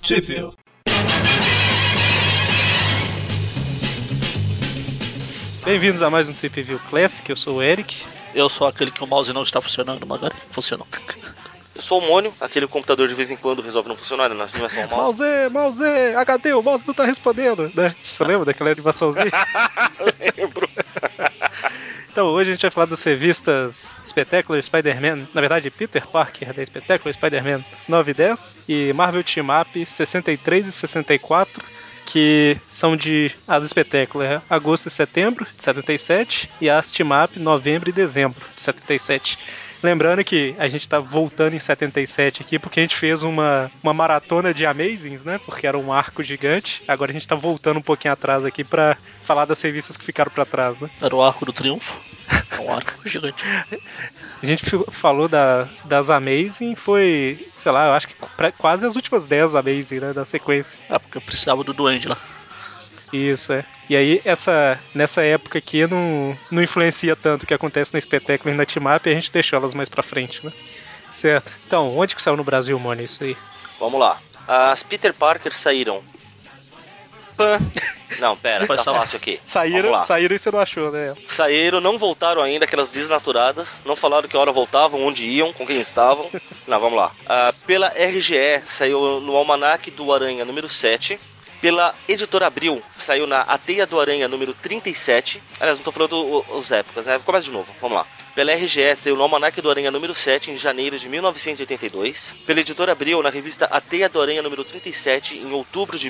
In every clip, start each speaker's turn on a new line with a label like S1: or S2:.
S1: Possível. Bem-vindos a mais um Trip View Classic, eu sou o Eric.
S2: Eu sou aquele que o mouse não está funcionando, mas agora funcionou.
S3: Eu sou o Mônio, aquele computador de vez em quando resolve não funcionar, não é só o mouse.
S1: Mouse, mouse, HD, o mouse não tá respondendo, né? Você lembra daquela animaçãozinha?
S3: Lembro.
S1: Então, hoje a gente vai falar das revistas Spectacular Spider-Man, na verdade Peter Parker da Spectacular Spider-Man 9 e 10 e Marvel Team Up 63 e 64, que são de as Spectacular agosto e setembro de 77 e as Team Up novembro e dezembro de 77. Lembrando que a gente tá voltando em 77 aqui, porque a gente fez uma, uma maratona de Amazings, né? Porque era um arco gigante. Agora a gente tá voltando um pouquinho atrás aqui pra falar das revistas que ficaram pra trás, né?
S2: Era o arco do triunfo. É um arco gigante.
S1: A gente fi- falou da, das Amazing, foi, sei lá, eu acho que pra- quase as últimas 10 Amazing, né, da sequência.
S2: Ah, porque eu precisava do duende lá.
S1: Isso, é. E aí, essa, nessa época aqui, não, não influencia tanto o que acontece na Spectacular e na Timap, e a gente deixou elas mais pra frente, né? Certo. Então, onde que saiu no Brasil, Mônio, isso aí?
S3: Vamos lá. As Peter Parker saíram. Pã. Não, pera,
S2: Foi
S3: tá
S2: só-
S3: fácil aqui. Vamos
S1: Saíram,
S3: lá.
S1: saíram e você não achou, né?
S3: Saíram, não voltaram ainda, aquelas desnaturadas. Não falaram que hora voltavam, onde iam, com quem estavam. Não, vamos lá. Ah, pela RGE, saiu no Almanac do Aranha número 7. Pela Editora Abril, saiu na A Teia do Aranha número 37. Aliás, não tô falando o- os épocas, né? Começa de novo, vamos lá. Pela RGE, saiu no Almanac do Aranha número 7, em janeiro de 1982. Pela Editora Abril, na revista A Teia do Aranha número 37, em outubro de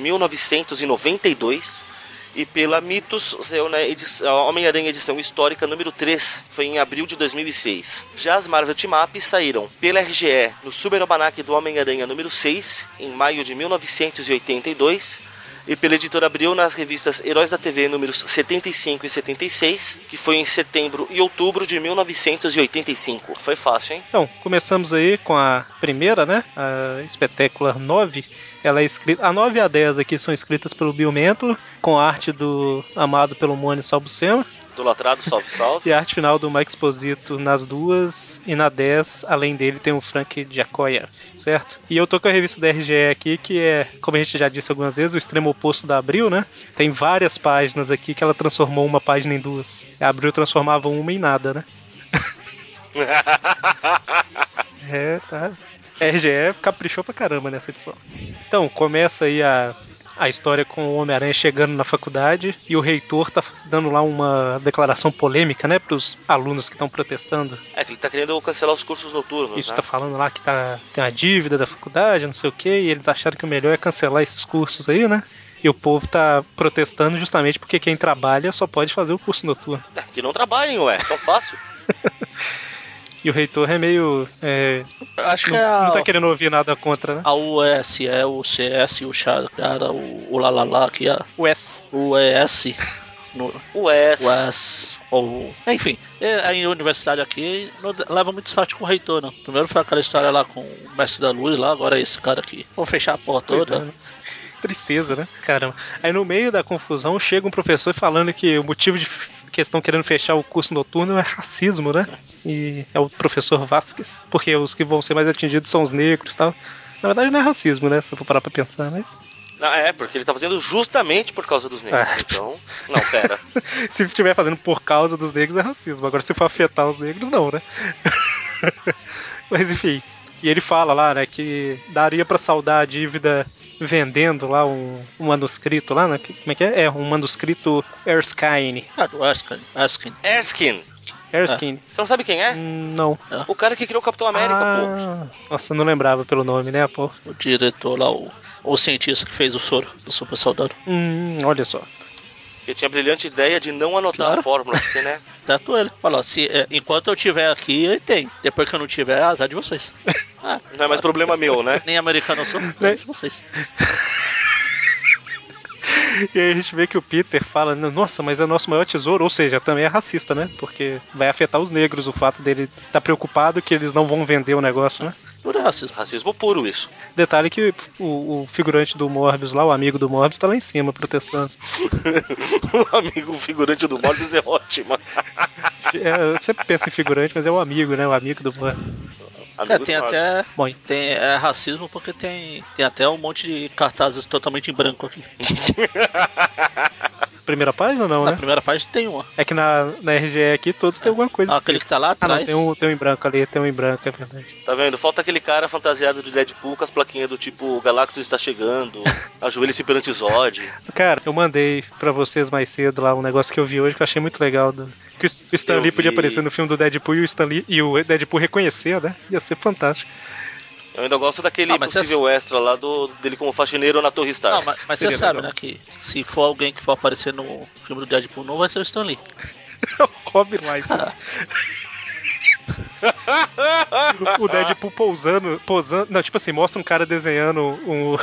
S3: 1992. E pela Mitos, saiu na edição- Homem-Aranha edição histórica número 3, foi em abril de 2006. Já as Marvel Team Up saíram pela RGE no Super Almanac do Homem-Aranha número 6, em maio de 1982. E pela editora Abril nas revistas Heróis da TV números 75 e 76, que foi em setembro e outubro de 1985. Foi fácil, hein?
S1: Então, começamos aí com a primeira, né? A Espetácular 9. Ela é escrita. A 9 e a 10 aqui são escritas pelo Bill Mantlo, com a arte do amado pelo Mônio Salbucema,
S3: Idolatrado, salve, salve.
S1: e a arte final do Mike Exposito nas duas, e na 10, além dele, tem o Frank Giacoya, certo? E eu tô com a revista da RGE aqui, que é, como a gente já disse algumas vezes, o extremo oposto da Abril, né? Tem várias páginas aqui que ela transformou uma página em duas. A Abril transformava uma em nada, né? É, tá. RGE caprichou pra caramba nessa edição. Então, começa aí a, a história com o Homem-Aranha chegando na faculdade e o reitor tá dando lá uma declaração polêmica, né, pros alunos que estão protestando.
S3: é que ele tá querendo cancelar os cursos noturnos,
S1: Isso
S3: né?
S1: tá falando lá que tá, tem uma dívida da faculdade, não sei o quê, e eles acharam que o melhor é cancelar esses cursos aí, né? E o povo tá protestando justamente porque quem trabalha só pode fazer o curso noturno.
S3: É, Que não trabalhem, ué. Tão fácil.
S1: E o reitor é meio. é,
S2: Acho que
S1: não,
S2: é a,
S1: não tá querendo ouvir nada contra, né?
S2: a US, é o CS, o Chara, o, o Lalala, que é
S1: O S.
S2: o ES. No,
S3: Ué,
S2: US, ou. Enfim, é, a universidade aqui não d- leva muito sorte com o reitor, não. Primeiro foi aquela história lá com o mestre da luz, lá, agora é esse cara aqui. Vou fechar a porta
S1: Pois
S2: toda.
S1: é, né? Tristeza, né? Caramba. Aí no meio da confusão chega um professor falando que o motivo de f- que eles estão querendo fechar o curso noturno é racismo, né? E é o professor Vasquez, porque os que vão ser mais atingidos são os negros e tal. Na verdade não é racismo, né? Se eu for parar pra pensar, mas.
S3: Não, é, porque ele tá fazendo justamente por causa dos negros.
S1: É.
S3: Então. Não, pera.
S1: se estiver fazendo por causa dos negros é racismo. Agora se for afetar os negros, não, né? Mas enfim. E ele fala lá, né, que daria pra saldar a dívida vendendo lá um, um manuscrito lá, né? que- Como é que é? É, um manuscrito Erskine.
S2: Ah, do Askin. Askin.
S3: Erskine.
S1: Erskine.
S3: Você não sabe quem é?
S1: Hum, Não.
S3: O cara que criou o Capitão América, pô.
S1: ah, Nossa, não lembrava pelo nome, né, pô?
S2: o diretor lá, o, o cientista que fez o soro do super soldado.
S1: Hum, olha só.
S3: Eu tinha a brilhante ideia de não anotar
S2: Claro.
S3: a fórmula, porque, né?
S2: Trato ele. Falou, se, é, enquanto eu tiver aqui, ele tem. Depois que eu não tiver, é azar de vocês. Ah,
S3: Não é mais problema meu, né?
S2: nem americano eu sou, nem vocês.
S1: E aí a gente vê que o Peter fala, nossa, mas é nosso maior tesouro, ou seja, também é racista, né? Porque vai afetar os negros o fato dele estar preocupado que eles não vão vender o negócio, né?
S2: Tudo é racismo.
S3: Racismo puro, isso.
S1: Detalhe que o, o figurante do Morbius lá, o amigo do Morbius, tá lá em cima protestando.
S3: o Um amigo figurante do Morbius é ótimo.
S1: É, eu sempre penso em figurante, mas é o amigo, né? O amigo do Morbius.
S2: É,
S3: Amigo
S2: tem
S3: do Marx.
S2: até.
S1: Bom,
S2: Tem, é racismo porque tem, tem até um monte de cartazes totalmente em branco aqui.
S1: primeira página não,
S2: Na
S1: né?
S2: primeira página tem uma.
S1: É que na, na RGE aqui todos têm alguma coisa.
S2: Ah, aquele
S1: escrita.
S2: que tá lá
S1: Ah, não,
S2: atrás.
S1: tem um, tem um em branco ali, tem um em branco, é verdade.
S3: Tá vendo? Falta aquele cara fantasiado de Deadpool com as plaquinhas do tipo "O Galactus está chegando, ajoelhe-se perante Zod.
S1: Cara, eu mandei pra vocês mais cedo lá um negócio que eu vi hoje que eu achei muito legal. do- que o Stan
S3: Eu
S1: Lee podia
S3: vi.
S1: aparecer no filme do Deadpool e o, Stan Lee, e o Deadpool reconhecer, né? Ia ser fantástico.
S3: Eu ainda gosto daquele
S2: Ah, mas
S3: possível extra lá do, dele como faxineiro na Torre Stark.
S2: Não, mas, mas
S1: Seria
S2: você sabe,
S1: legal.
S2: né, que se for alguém que for aparecer no filme do Deadpool não vai ser o Stan Lee.
S1: Rob Liefeld. o Deadpool pousando, posando. Não, tipo assim, mostra um cara desenhando um.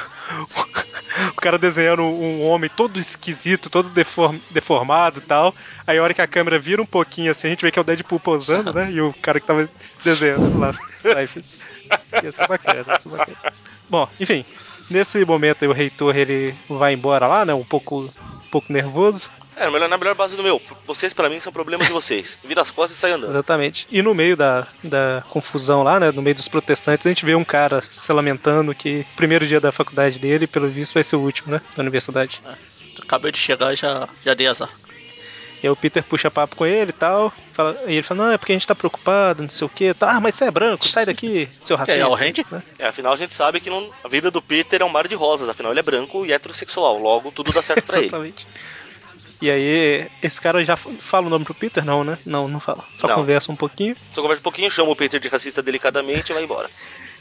S1: o cara desenhando um homem todo esquisito, todo deform- deformado e tal. Aí a hora que a câmera vira um pouquinho assim, a gente vê que é o Deadpool posando, né? E o cara que tava desenhando lá. Liefeld. Ia ser bacana, ia ser bacana. Bom, enfim. Nesse momento aí, o reitor ele vai embora lá, né? Um pouco, um pouco nervoso.
S3: É, melhor, na melhor base do meu. Vocês pra mim são problemas de vocês. Vira as costas e sai andando.
S1: Exatamente. E no meio da, da confusão lá, né? No meio dos protestantes, a gente vê um cara se lamentando que o primeiro dia da faculdade dele, pelo visto, vai ser o último, né? Da universidade.
S2: Acabei de chegar e já, já dei azar.
S1: E aí o Peter puxa papo com ele e tal. Fala, e ele fala, não, é porque a gente tá preocupado, não sei o quê. Tá, ah, mas você é branco, sai daqui, seu racista.
S2: é o Randy?
S1: né?
S3: É, afinal a gente sabe que não- a vida do Peter é um mar de rosas, afinal ele é branco e heterossexual, logo tudo dá certo pra ele.
S1: Exatamente. E aí, esse cara já fa- fala o nome pro Peter? Não, né? Não, não fala. Só
S3: Não.
S1: conversa um pouquinho.
S3: Só conversa um pouquinho, chama o Peter de racista delicadamente e vai embora.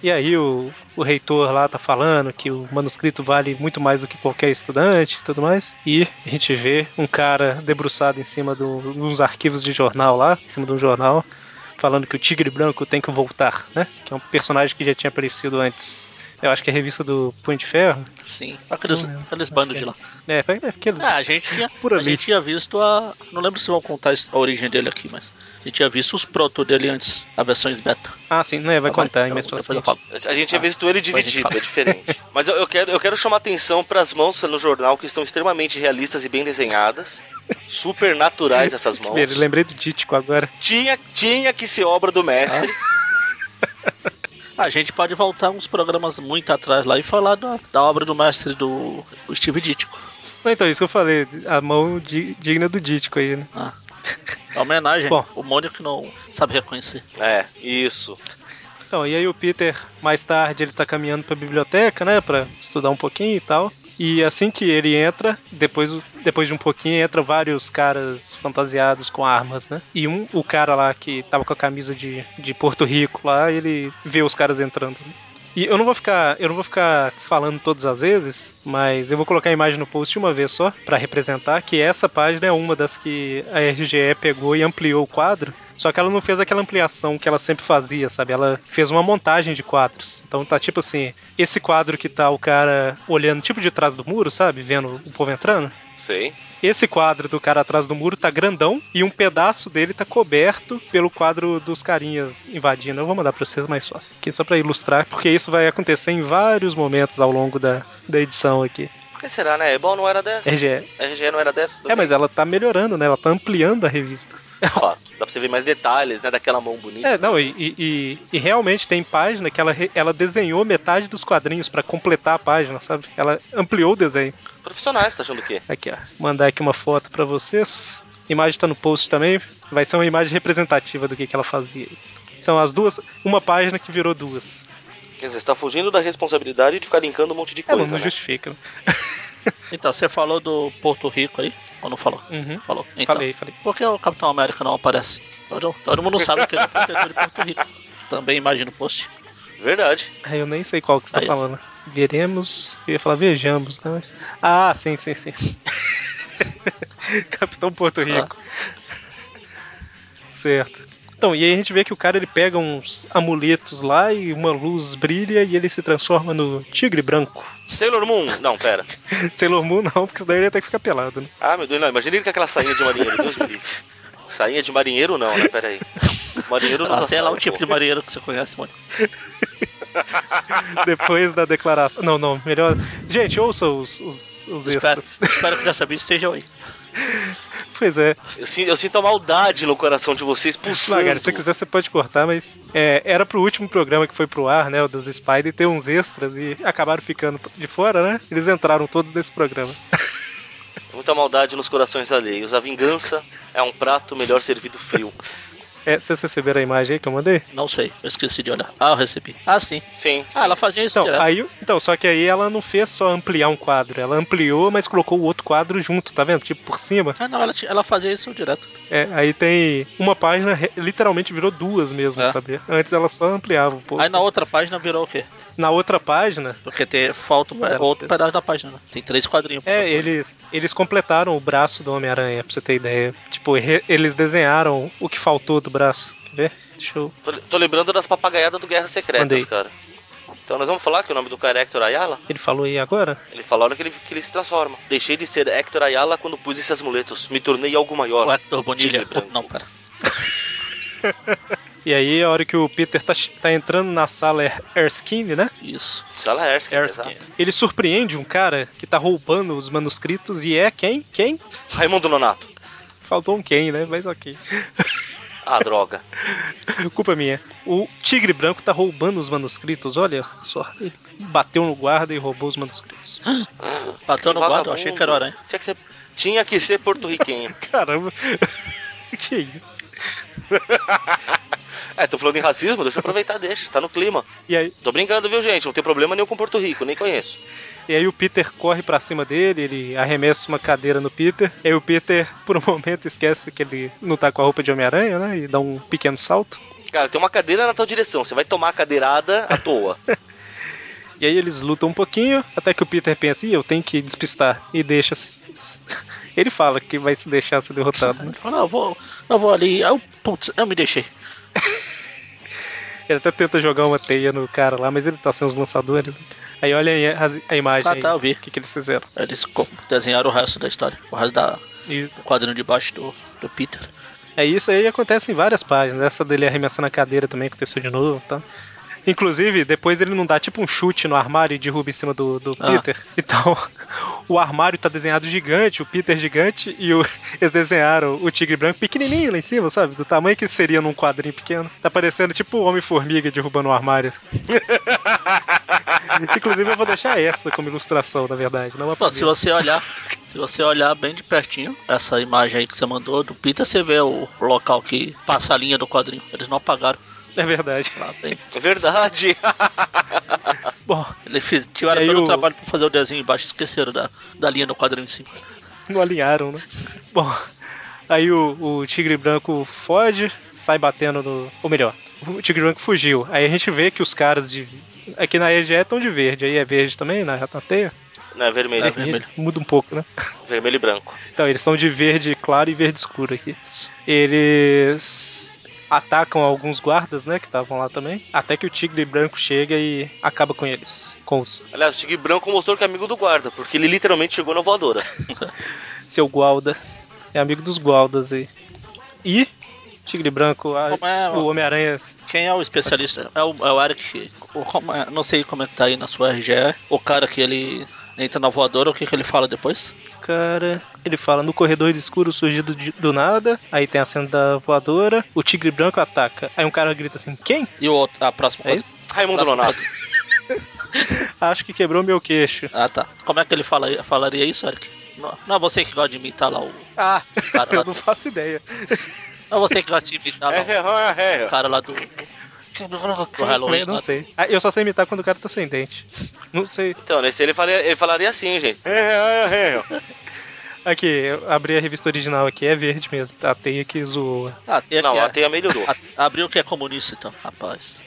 S1: E aí o, o reitor lá tá falando que o manuscrito vale muito mais do que qualquer estudante e tudo mais. E a gente vê um cara debruçado em cima de um- de uns arquivos de jornal lá, em cima de um jornal, falando que o Tigre Branco tem que voltar, né? Que é um personagem que já tinha aparecido antes. Eu acho que é a revista do Punho de Ferro.
S2: Sim. Aqueles,
S1: Não, eu
S2: aqueles
S1: acho
S2: bandos
S1: que
S2: de
S1: é.
S2: lá.
S1: É, é aqueles...
S2: Ah, a gente tinha,
S1: Por
S2: a
S1: ali.
S2: gente tinha visto a. Não lembro se vão contar a origem dele aqui, mas. A gente tinha visto os proto dele antes, a versões beta.
S1: Ah, sim, né? Vai
S2: Tá bom,
S1: contar em
S2: então,
S1: mais pra
S2: depois eu
S1: frente.
S2: falo.
S3: A gente tinha
S2: Ah,
S3: visto ele
S2: depois a gente
S3: dividido,
S2: fala.
S3: é diferente. Mas eu, eu quero, eu quero chamar atenção pras mãos no jornal que estão extremamente realistas e bem desenhadas. Super naturais essas
S1: Que
S3: mãos.
S1: beleza, Lembrei do Dítico agora.
S3: Tinha, tinha que ser obra do mestre.
S2: Ah, A gente pode voltar uns programas muito atrás lá e falar da, da obra do mestre do, do Steve Ditko.
S1: Não, então, isso que eu falei. A mão di- digna do Dítico aí, né?
S2: Ah. É homenagem.
S1: Bom.
S2: O Mônico não sabe reconhecer.
S1: Ah.
S3: É, isso.
S1: Então, e aí o Peter, mais tarde, ele tá caminhando pra biblioteca, né, Pra estudar um pouquinho e tal. E assim que ele entra, depois, depois de um pouquinho, entra vários caras fantasiados com armas, né? E um, o cara lá que tava com a camisa de, de Porto Rico lá, ele vê os caras entrando. né? E eu não vou ficar, eu não vou ficar falando todas as vezes, mas eu vou colocar a imagem no post uma vez só pra representar que essa página é uma das que a RGE pegou e ampliou o quadro. Só que ela não fez aquela ampliação que ela sempre fazia, sabe? Ela fez uma montagem de quadros. Então tá tipo assim, esse quadro que tá o cara olhando tipo de trás do muro, sabe? Vendo o povo entrando.
S3: Sei.
S1: Esse quadro do cara atrás do muro tá grandão e um pedaço dele tá coberto pelo quadro dos carinhas invadindo. Eu vou mandar pra vocês mais fácil, aqui só pra ilustrar, porque isso vai acontecer em vários momentos ao longo da, da edição aqui.
S3: Por que será, né? Ebol não era dessa.
S1: RGE.
S3: RGE não era dessa
S1: É,
S3: também.
S1: mas ela tá melhorando, né? Ela tá ampliando a revista.
S3: Fato. Dá pra você ver mais detalhes, né? Daquela mão bonita.
S1: É, não, e, e- e- e realmente tem página que ela, re- ela desenhou metade dos quadrinhos pra completar a página, sabe? Ela ampliou o desenho.
S3: Profissionais, tá achando o quê?
S1: Aqui, ó. Mandar aqui uma foto pra vocês. Imagem tá no post também. Vai ser uma imagem representativa do que, que ela fazia. São as duas, uma página que virou duas.
S3: Quer dizer, você tá fugindo da responsabilidade de ficar linkando um monte de
S1: Ela
S3: coisa,
S1: não
S3: né?
S1: justifica. né?
S2: Então, você falou do Porto Rico aí? Ou não falou?
S1: Uhum.
S2: Falou. Então,
S1: Falei, falei.
S2: por que o Capitão América não aparece? Todo, todo mundo sabe que ele é o protetor de Porto Rico. Também imagino o post.
S3: Verdade.
S1: Ah, eu nem sei qual que você tá
S2: Aí.
S1: falando. Veremos. Eu ia falar vejamos, né? Ah, sim, sim, sim. Capitão Porto Rico. Certo. Então, e aí a gente vê que o cara ele pega uns amuletos lá e uma luz brilha e ele se transforma no tigre branco.
S3: Sailor Moon. Não, pera.
S1: Sailor Moon não, porque isso daí ele ia ter que ficar pelado, né?
S3: Ah, meu Deus, não. Imagina ele com aquela sainha de marinheiro. Deus me livre. Sainha de marinheiro, não, né? Pera aí. Marinheiro não usa
S2: Até lá
S3: saia,
S2: o tipo
S3: pô.
S2: de marinheiro que você conhece, Mônico.
S1: Depois da declaração. Não, não, melhor. Gente, ouça os, os, os
S2: Espero,
S1: extras.
S2: espero que dessa vez estejam aí.
S1: Pois é.
S3: Eu, sin- eu sinto a maldade no coração de vocês pulsando.
S1: Não, cara, se você quiser, você pode cortar, mas é, era pro último programa que foi pro ar, né? O dos Spider, ter uns extras e acabaram ficando de fora, né? Eles entraram todos nesse programa.
S3: Muita maldade nos corações alheios. A vingança é um prato melhor servido frio.
S1: É, vocês receberam a imagem aí que eu mandei?
S2: Não sei, eu esqueci de olhar. Ah, eu recebi. Ah, sim.
S3: Sim. sim.
S2: Ah, ela fazia isso
S1: Então,
S2: direto.
S1: aí, então, só que aí ela não fez só ampliar um quadro, ela ampliou, mas colocou o outro quadro junto, tá vendo? Tipo por cima.
S2: Ah, não, ela, ti- ela fazia isso direto.
S1: É, aí tem uma página, re- literalmente virou duas mesmo,
S2: É.
S1: sabe? Antes ela só ampliava um pouco.
S2: Aí na outra página virou o quê?
S1: Na outra página,
S2: Porque tem, falta um pe-
S1: Não,
S2: outro
S1: vocês-
S2: pedaço da página. né? Tem três quadrinhos. por
S1: é,
S2: favor.
S1: eles, eles completaram o braço do Homem-Aranha, pra você ter ideia. Tipo, re- eles desenharam o que faltou do braço. Quer ver? Deixa eu.
S3: Tô, tô lembrando das papagaiadas do Guerra Secretas,
S1: Mandei.
S3: cara. Então nós vamos falar que o nome do cara é Hector Ayala?
S1: Ele falou aí agora?
S3: Ele fala a hora que ele, que ele se transforma. Deixei de ser Hector Ayala quando pus esses amuletos. Me tornei algo maior.
S2: O Hector Bonilha.
S3: Tigre
S1: Tipo,
S3: branco.
S2: Puta, Não, pera.
S1: E aí, a hora que o Peter tá, tá entrando na sala Er- Erskine, né?
S2: Isso.
S3: Sala Erskine,
S1: Erskine.
S3: exato.
S1: Ele surpreende um cara que tá roubando os manuscritos e é quem? Quem?
S3: Raimundo Nonato.
S1: Faltou um quem, né? Mas ok.
S3: Ah, droga.
S1: Culpa minha. O tigre branco tá roubando os manuscritos, olha só. Ele bateu no guarda e roubou os manuscritos.
S2: Bateu no guarda,
S3: Vagabundo.
S2: eu achei que era aranha.
S3: Tinha que ser, tinha que ser porto-riquenho.
S1: Caramba. que isso?
S3: é, tô falando em racismo, deixa eu aproveitar, deixa. Tá no clima.
S1: E aí,
S3: Tô brincando, viu, gente? Não tem problema nenhum com Porto Rico, nem conheço.
S1: e aí o Peter corre pra cima dele, ele arremessa uma cadeira no Peter. E aí o Peter, por um momento, esquece que ele não tá com a roupa de Homem-Aranha, né? E dá um pequeno salto.
S3: Cara, tem uma cadeira na tua direção. Você vai tomar a cadeirada à toa.
S1: E aí eles lutam um pouquinho, até que o Peter pensa, Ih, eu tenho que despistar. E deixa. Ele fala que vai se deixar ser derrotado, né?
S2: Ele falou, não, eu vou, eu vou ali. Aí Eu, putz, eu me deixei.
S1: Ele até tenta jogar uma teia no cara lá, mas ele tá sem os lançadores. né? Aí olha aí a, a imagem.
S2: Ah, tá,
S1: aí.
S2: eu vi.
S1: O que, que eles fizeram?
S2: Eles co- desenharam o resto da história. O resto da,
S1: E
S2: do quadrinho de baixo do, do Peter.
S1: é isso aí acontece em várias páginas. Essa dele arremessando a cadeira também aconteceu de novo. Tá? Inclusive, depois ele não dá tipo um chute no armário e derruba em cima do, do
S2: Ah.
S1: Peter. Então, o armário tá desenhado gigante, o Peter gigante, e o- eles desenharam o tigre branco pequenininho lá em cima, sabe? Do tamanho que seria num quadrinho pequeno. Tá parecendo tipo o Homem-Formiga derrubando o armário. Inclusive, eu vou deixar essa como ilustração, na verdade. Não a
S2: Pô, se
S1: primeira.
S2: você olhar, se você olhar bem de pertinho, essa imagem aí que você mandou do Peter, você vê o local que passa a linha do quadrinho. Eles não apagaram
S1: É verdade.
S2: lá bem.
S3: É verdade.
S1: Bom,
S2: Eles fiz- tiveram
S1: E aí
S2: todo o...
S1: o-
S2: trabalho pra fazer o desenho embaixo, esqueceram da, da linha do quadrinho em cima.
S1: não alinharam, né? Bom, aí o, o tigre branco foge, sai batendo no. Ou melhor, o tigre branco fugiu. Aí a gente vê que os caras de. Aqui na EGE estão de verde, aí é verde também, na, na teia.
S3: Não, é vermelho.
S2: É vermelho.
S1: Muda um pouco, né?
S2: É.
S3: Vermelho e branco.
S1: Então, eles estão de verde claro e verde escuro aqui. Eles atacam alguns guardas, né, que estavam lá também, até que o tigre branco chega e acaba com eles, com os
S3: Aliás, o Tigre Branco mostrou que é amigo do guarda, porque ele literalmente chegou na voadora.
S1: seu Gualda. É amigo dos Gualdas aí. E Tigre Branco, a-
S2: Como é, ó?
S1: o Homem-Aranha.
S2: Quem é o especialista? É o, é o Eric. que- o- como é- não sei como é que tá aí na sua RGE. O cara que ele entra na voadora, o que, que ele fala depois?
S1: Cara, ele fala no corredor escuro surgido de- do nada. Aí tem a cena da voadora. O Tigre Branco ataca. Aí um cara grita assim: Quem?
S2: E o outro, a próxima
S1: É
S2: coisa.
S1: isso?
S3: Raimundo Nonato.
S1: Acho que quebrou meu queixo.
S2: Ah tá. Como é que ele fala, falaria isso, Eric? Não, não é você que gosta de imitar lá o.
S1: Ah,
S2: Cara,
S1: eu não faço ideia.
S2: Não é você que gosta de imitar lá o.
S3: é,
S2: O cara lá do. Do Halloween.
S1: um
S2: né?
S1: Eu não
S2: lá.
S1: sei. Ah, Eu só sei imitar quando o cara tá sem dente. Não sei.
S3: Então, nesse ele falaria, ele falaria assim, gente. é,
S1: Aqui, eu abri a revista original aqui, é verde mesmo. A teia que zoa.
S2: Ah, tem aqui.
S3: Não, a
S2: Não,
S3: teia melhorou.
S2: Abriu que é comunista, então, rapaz.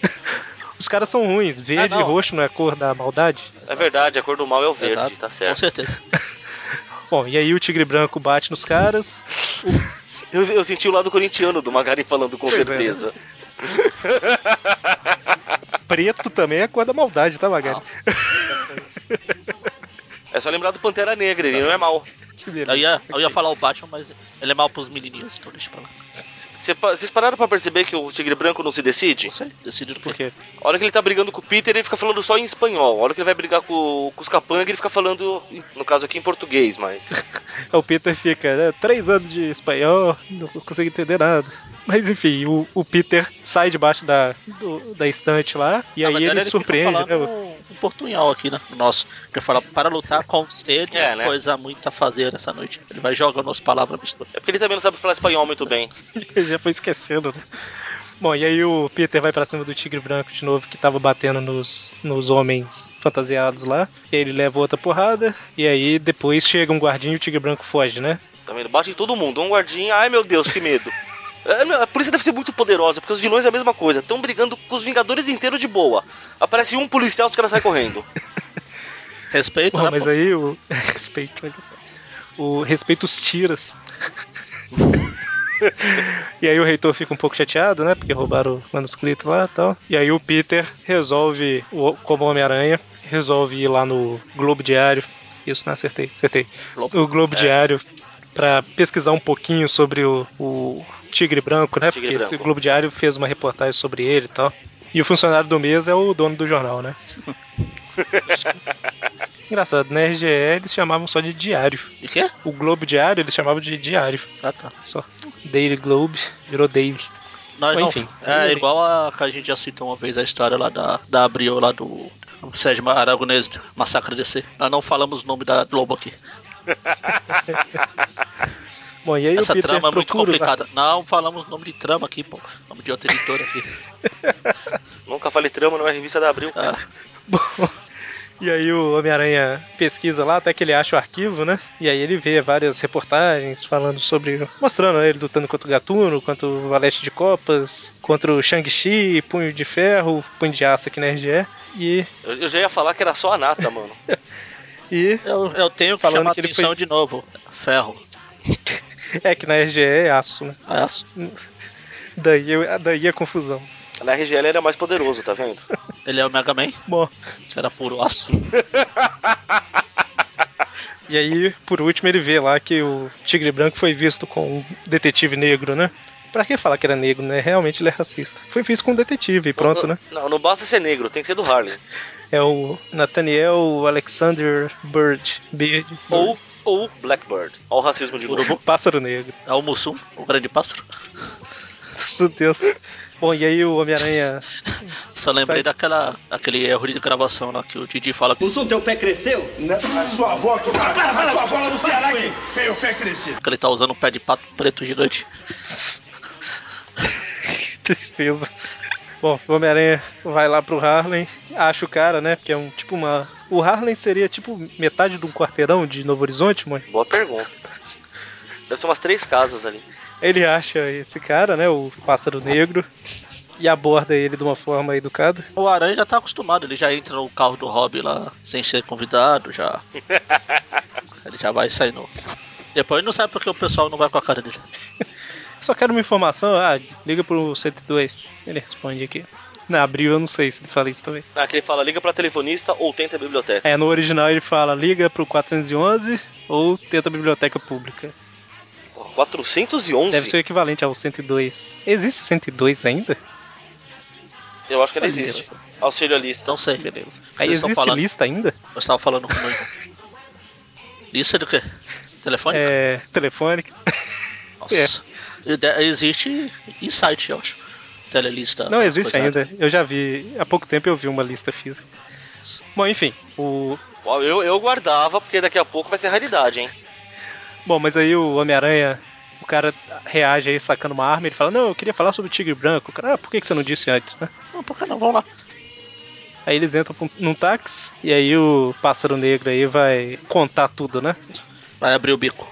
S1: Os caras são ruins. Verde
S2: Ah,
S1: e
S2: não.
S1: roxo não é a cor da maldade?
S3: É verdade, a cor do mal é o verde,
S2: Exato.
S3: tá
S2: Com
S3: certo.
S2: certeza.
S1: Bom, e aí o Tigre Branco bate nos caras.
S3: Eu, eu senti o lado corintiano do Magari falando com
S1: Pois é.
S3: certeza.
S1: Preto também é a cor da maldade, tá, Magari?
S3: É só lembrar do Pantera Negra, ele não é mal.
S1: Que beleza.
S2: Eu ia, eu ia falar o Batman, mas ele é mal pros menininhos, então deixa pra lá.
S3: Cê pa- Vocês pararam pra perceber que o Tigre Branco não se decide?
S2: Não sei, decidido por
S1: Por
S2: quê?
S1: quê?
S3: A hora que ele tá brigando com o Peter, ele fica falando só em espanhol. A hora que ele vai brigar com, com os capangas, ele fica falando, no caso aqui, em português, mas.
S1: O Peter fica, né? Três anos de espanhol, não consigo entender nada. Mas enfim, o, o Peter sai debaixo da, do- da estante lá e
S2: Na
S1: aí
S2: verdade,
S1: ele
S2: fica
S1: surpreende, né?
S2: falando Um portunhal aqui, né? O Nosso. Que fala para lutar com o sede,
S3: É, né?
S2: coisa muito a fazer nessa noite. Ele vai jogando as palavras misturadas.
S3: É porque ele também não sabe falar espanhol muito bem.
S1: Ele já foi esquecendo, né? Bom, e aí o Peter vai pra cima do tigre branco de novo, que tava batendo nos, nos homens fantasiados lá. E aí ele leva outra porrada, e aí depois chega um guardinha e o tigre branco foge, né?
S3: Tá vendo? Bate em todo mundo. Um guardinha. Ai meu Deus, que medo. É, não, A polícia deve ser muito poderosa, porque os vilões é a mesma coisa. Estão brigando com os Vingadores inteiros de boa. Aparece um policial, os caras saem correndo.
S2: Respeito,
S1: Bom,
S2: né?
S1: mas
S2: pô?
S1: aí o. Respeito, olha só. O respeito os tiras. e aí o reitor fica um pouco chateado, né? Porque roubaram o manuscrito lá e tal. E aí o Peter resolve, o- como Homem-Aranha, resolve ir lá no Globo Diário. Isso, não acertei, acertei.
S2: Globo. É.
S1: O Globo Diário pra pesquisar um pouquinho sobre o, o Tigre Branco, né?
S3: Tigre
S1: Porque
S3: Branco.
S1: esse Globo Diário fez uma reportagem sobre ele e tal. E o funcionário do mês é o dono do jornal, né? Engraçado, né? na RGE eles chamavam só de diário.
S2: E quê?
S1: O Globo Diário eles chamavam de diário,
S2: Ah, tá.
S1: só. Daily Globe virou Daily.
S2: Nós
S1: Mas
S2: não-
S1: enfim,
S2: é
S1: ele-
S2: igual a que a gente já citou uma vez a história lá da, da Abril, lá do Sérgio Aragonês, Massacre DC. Nós não falamos o nome da Globo aqui.
S1: Bom, e aí
S2: Essa
S1: o Peter
S2: trama é muito
S1: procura os
S2: complicada. Não falamos o nome de trama aqui, pô. Nome de outra editora aqui.
S3: Nunca falei trama numa revista da Abril.
S2: Ah,
S1: Bom, e aí o Homem-Aranha pesquisa lá até que ele acha o arquivo, né? E aí ele vê várias reportagens falando sobre. mostrando ele lutando contra o Gatuno, contra o Valete de Copas, contra o Shang-Chi, Punho de Ferro, Punho de Aço aqui na RGE. E,
S3: Eu, eu já ia falar que era só a Nata, mano.
S1: e
S2: eu, eu tenho que
S1: Falando
S2: chamar
S1: que ele
S2: atenção
S1: foi-
S2: de novo. Ferro.
S1: é que na RGE é aço, né?
S2: Ah,
S1: Daí, eu- daí a confusão.
S3: Na RGL era mais poderoso, tá vendo?
S2: Ele é o Mega Man,
S1: Bom,
S2: que era puro aço.
S1: e aí por último ele vê lá que o Tigre Branco foi visto com um detetive negro, né? Pra que falar que era negro, né? Realmente ele é racista. Foi visto com um detetive e pronto, né?
S3: Não, não basta ser negro, tem que ser do Harley.
S1: É o Nathaniel Alexander Bird. Beard.
S3: Ou, ou Blackbird. Olha o racismo de novo.
S1: o pássaro negro.
S2: É o Mussum, o grande pássaro.
S1: Meu Deus. Bom, e aí o Homem-Aranha.
S2: Só lembrei
S1: Sai-
S2: daquela daquele erro de gravação lá que o Didi fala que
S4: Mussum, teu pé cresceu?
S5: Não, a sua avó que. a sua avó lá no Ceará que tem o pé crescido.
S2: que ele tá usando um pé de pato preto gigante.
S1: Que tristeza. Bom, o Homem-Aranha vai lá pro Harlem, acha o cara, né? Porque é um tipo uma. O Harlem seria tipo metade de um quarteirão de Novo Horizonte, mãe.
S3: Boa pergunta. Deve ser umas três casas ali.
S1: Ele acha esse cara, né? O pássaro negro. E aborda ele de uma forma educada.
S2: O Aranha já tá acostumado, ele já entra no carro do Rob lá sem ser convidado, já. ele já vai saindo. Depois não sabe porque o pessoal não vai com a cara dele.
S1: Só quero uma informação. Ah, liga pro 102. Ele responde aqui. Na abril eu não sei se ele fala isso também.
S3: Ah, que ele fala, liga pra telefonista ou tenta a biblioteca.
S1: É, no original ele fala liga pro 411 ou tenta a biblioteca pública.
S3: Pô, 411?
S1: Deve ser o equivalente ao 102. Existe 102 ainda?
S3: Eu acho que ele
S1: Olha
S3: existe.
S1: isso.
S3: Auxílio à lista.
S2: Não sei.
S1: Beleza.
S2: Vocês
S1: Aí
S2: estão
S1: existe
S2: falando-
S1: lista ainda?
S2: Então Eu estava falando com o meu irmão. Isso é do quê? Telefone?
S1: É, telefônica.
S2: Nossa. E de- Existe insight, eu acho. Telelista. né?
S1: Não existe
S2: coisada.
S1: ainda. Eu já vi, há pouco tempo eu vi uma lista física. Bom, enfim, o
S3: Ó, Eu, eu guardava, porque daqui a pouco vai ser raridade, hein?
S1: Bom, mas aí o Homem-Aranha, o cara reage aí sacando uma arma, ele fala: "Não, eu queria falar sobre o Tigre Branco". O cara: ah, "Por que que você não disse antes, né?"
S2: Não, por que não? Vamos lá.
S1: Aí eles entram com- num táxi e aí o pássaro negro aí vai contar tudo, né?
S2: Vai abrir o bico.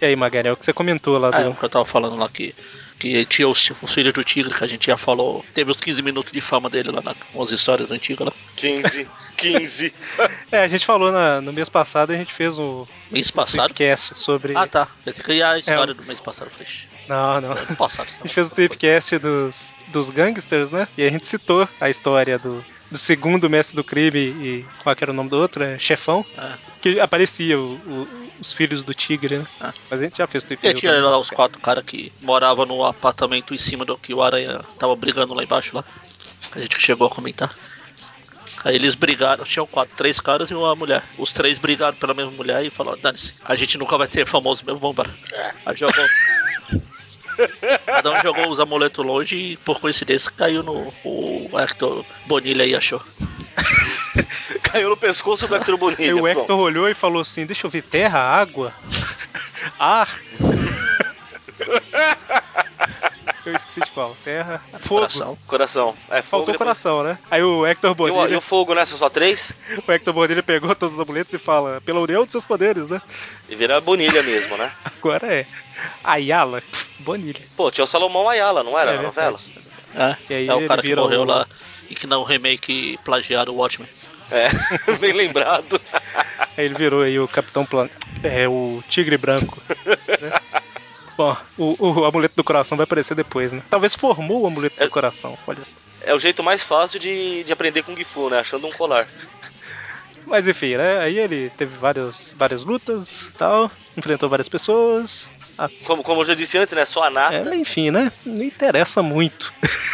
S1: E aí, Magalhães, é o que você comentou lá do,
S2: Ah, é, o que eu tava falando lá que, que tinha os, os filhos do tigre, que a gente já falou. Teve os 15 minutos de fama dele lá na, com as histórias antigas lá.
S3: 15, 15.
S1: É, a gente falou na- no mês passado, a gente fez um
S2: Mês passado.
S1: tripcast sobre.
S2: Ah, tá. Pensei que ia a história
S1: É.
S2: do mês passado. Falei, "Ixi,
S1: Não, não.
S2: foi
S1: A
S2: ano passado.
S1: gente fez o tripcast dos, dos gangsters, né? E a gente citou a história do, do segundo mestre do crime e qual que era o nome do outro? É Chefão.
S2: Ah.
S1: Que aparecia o- o- os filhos do tigre, né?
S2: Ah.
S1: Mas a gente já fez o
S2: E
S1: Trip
S2: aí tinha lá os quatro caras que moravam no apartamento em cima do que o Aranha tava brigando lá embaixo lá. A gente que chegou a comentar. Aí eles brigaram, tinham quatro, três caras e uma mulher. Os três brigaram pela mesma mulher e falaram, dane-se, a gente nunca vai ser famoso mesmo, vamos embora. Aí jogou. Cada um jogou os amuletos longe e por coincidência caiu no. O Hector Bonilha aí achou.
S3: Caiu no pescoço do Hector
S1: E
S3: Bonilha.
S1: o
S3: pronto.
S1: Hector olhou e falou assim: Deixa eu ver, terra, água, ar. eu esqueci de qual. Terra, fogo.
S2: Coração.
S3: Coração. É, fogo.
S1: Faltou
S3: depois-
S1: coração, né? Aí o Hector
S3: E o, e
S1: Bonilha,
S3: o fogo, né? São só três?
S1: o Hector Bonilha pegou todos os amuletos e fala: Pela união dos seus poderes, né?
S3: E vira Bonilha mesmo, né?
S1: Agora é Ayala pff, Bonilha.
S3: Pô, tinha o Salomão Ayala, não era
S1: É
S3: na novela?
S1: verdade.
S2: É,
S1: E aí
S2: é o
S1: ele
S2: cara que
S1: vira
S2: morreu
S1: o-
S2: lá e que não remake plagiaram o Watchmen.
S3: É, bem lembrado.
S1: Aí ele virou aí o Capitão Planeta. É, o Tigre Branco. né? Bom, o, o amuleto do coração vai aparecer depois, né? Talvez formou o amuleto do coração, olha só.
S3: É o jeito mais fácil de, de aprender Kung Fu, né? Achando um colar.
S1: Mas enfim, né? Aí ele teve várias, várias lutas e tal, enfrentou várias pessoas. a-
S3: Como, como eu já disse antes, né? Só a nata.
S1: é, enfim, né? Não interessa muito.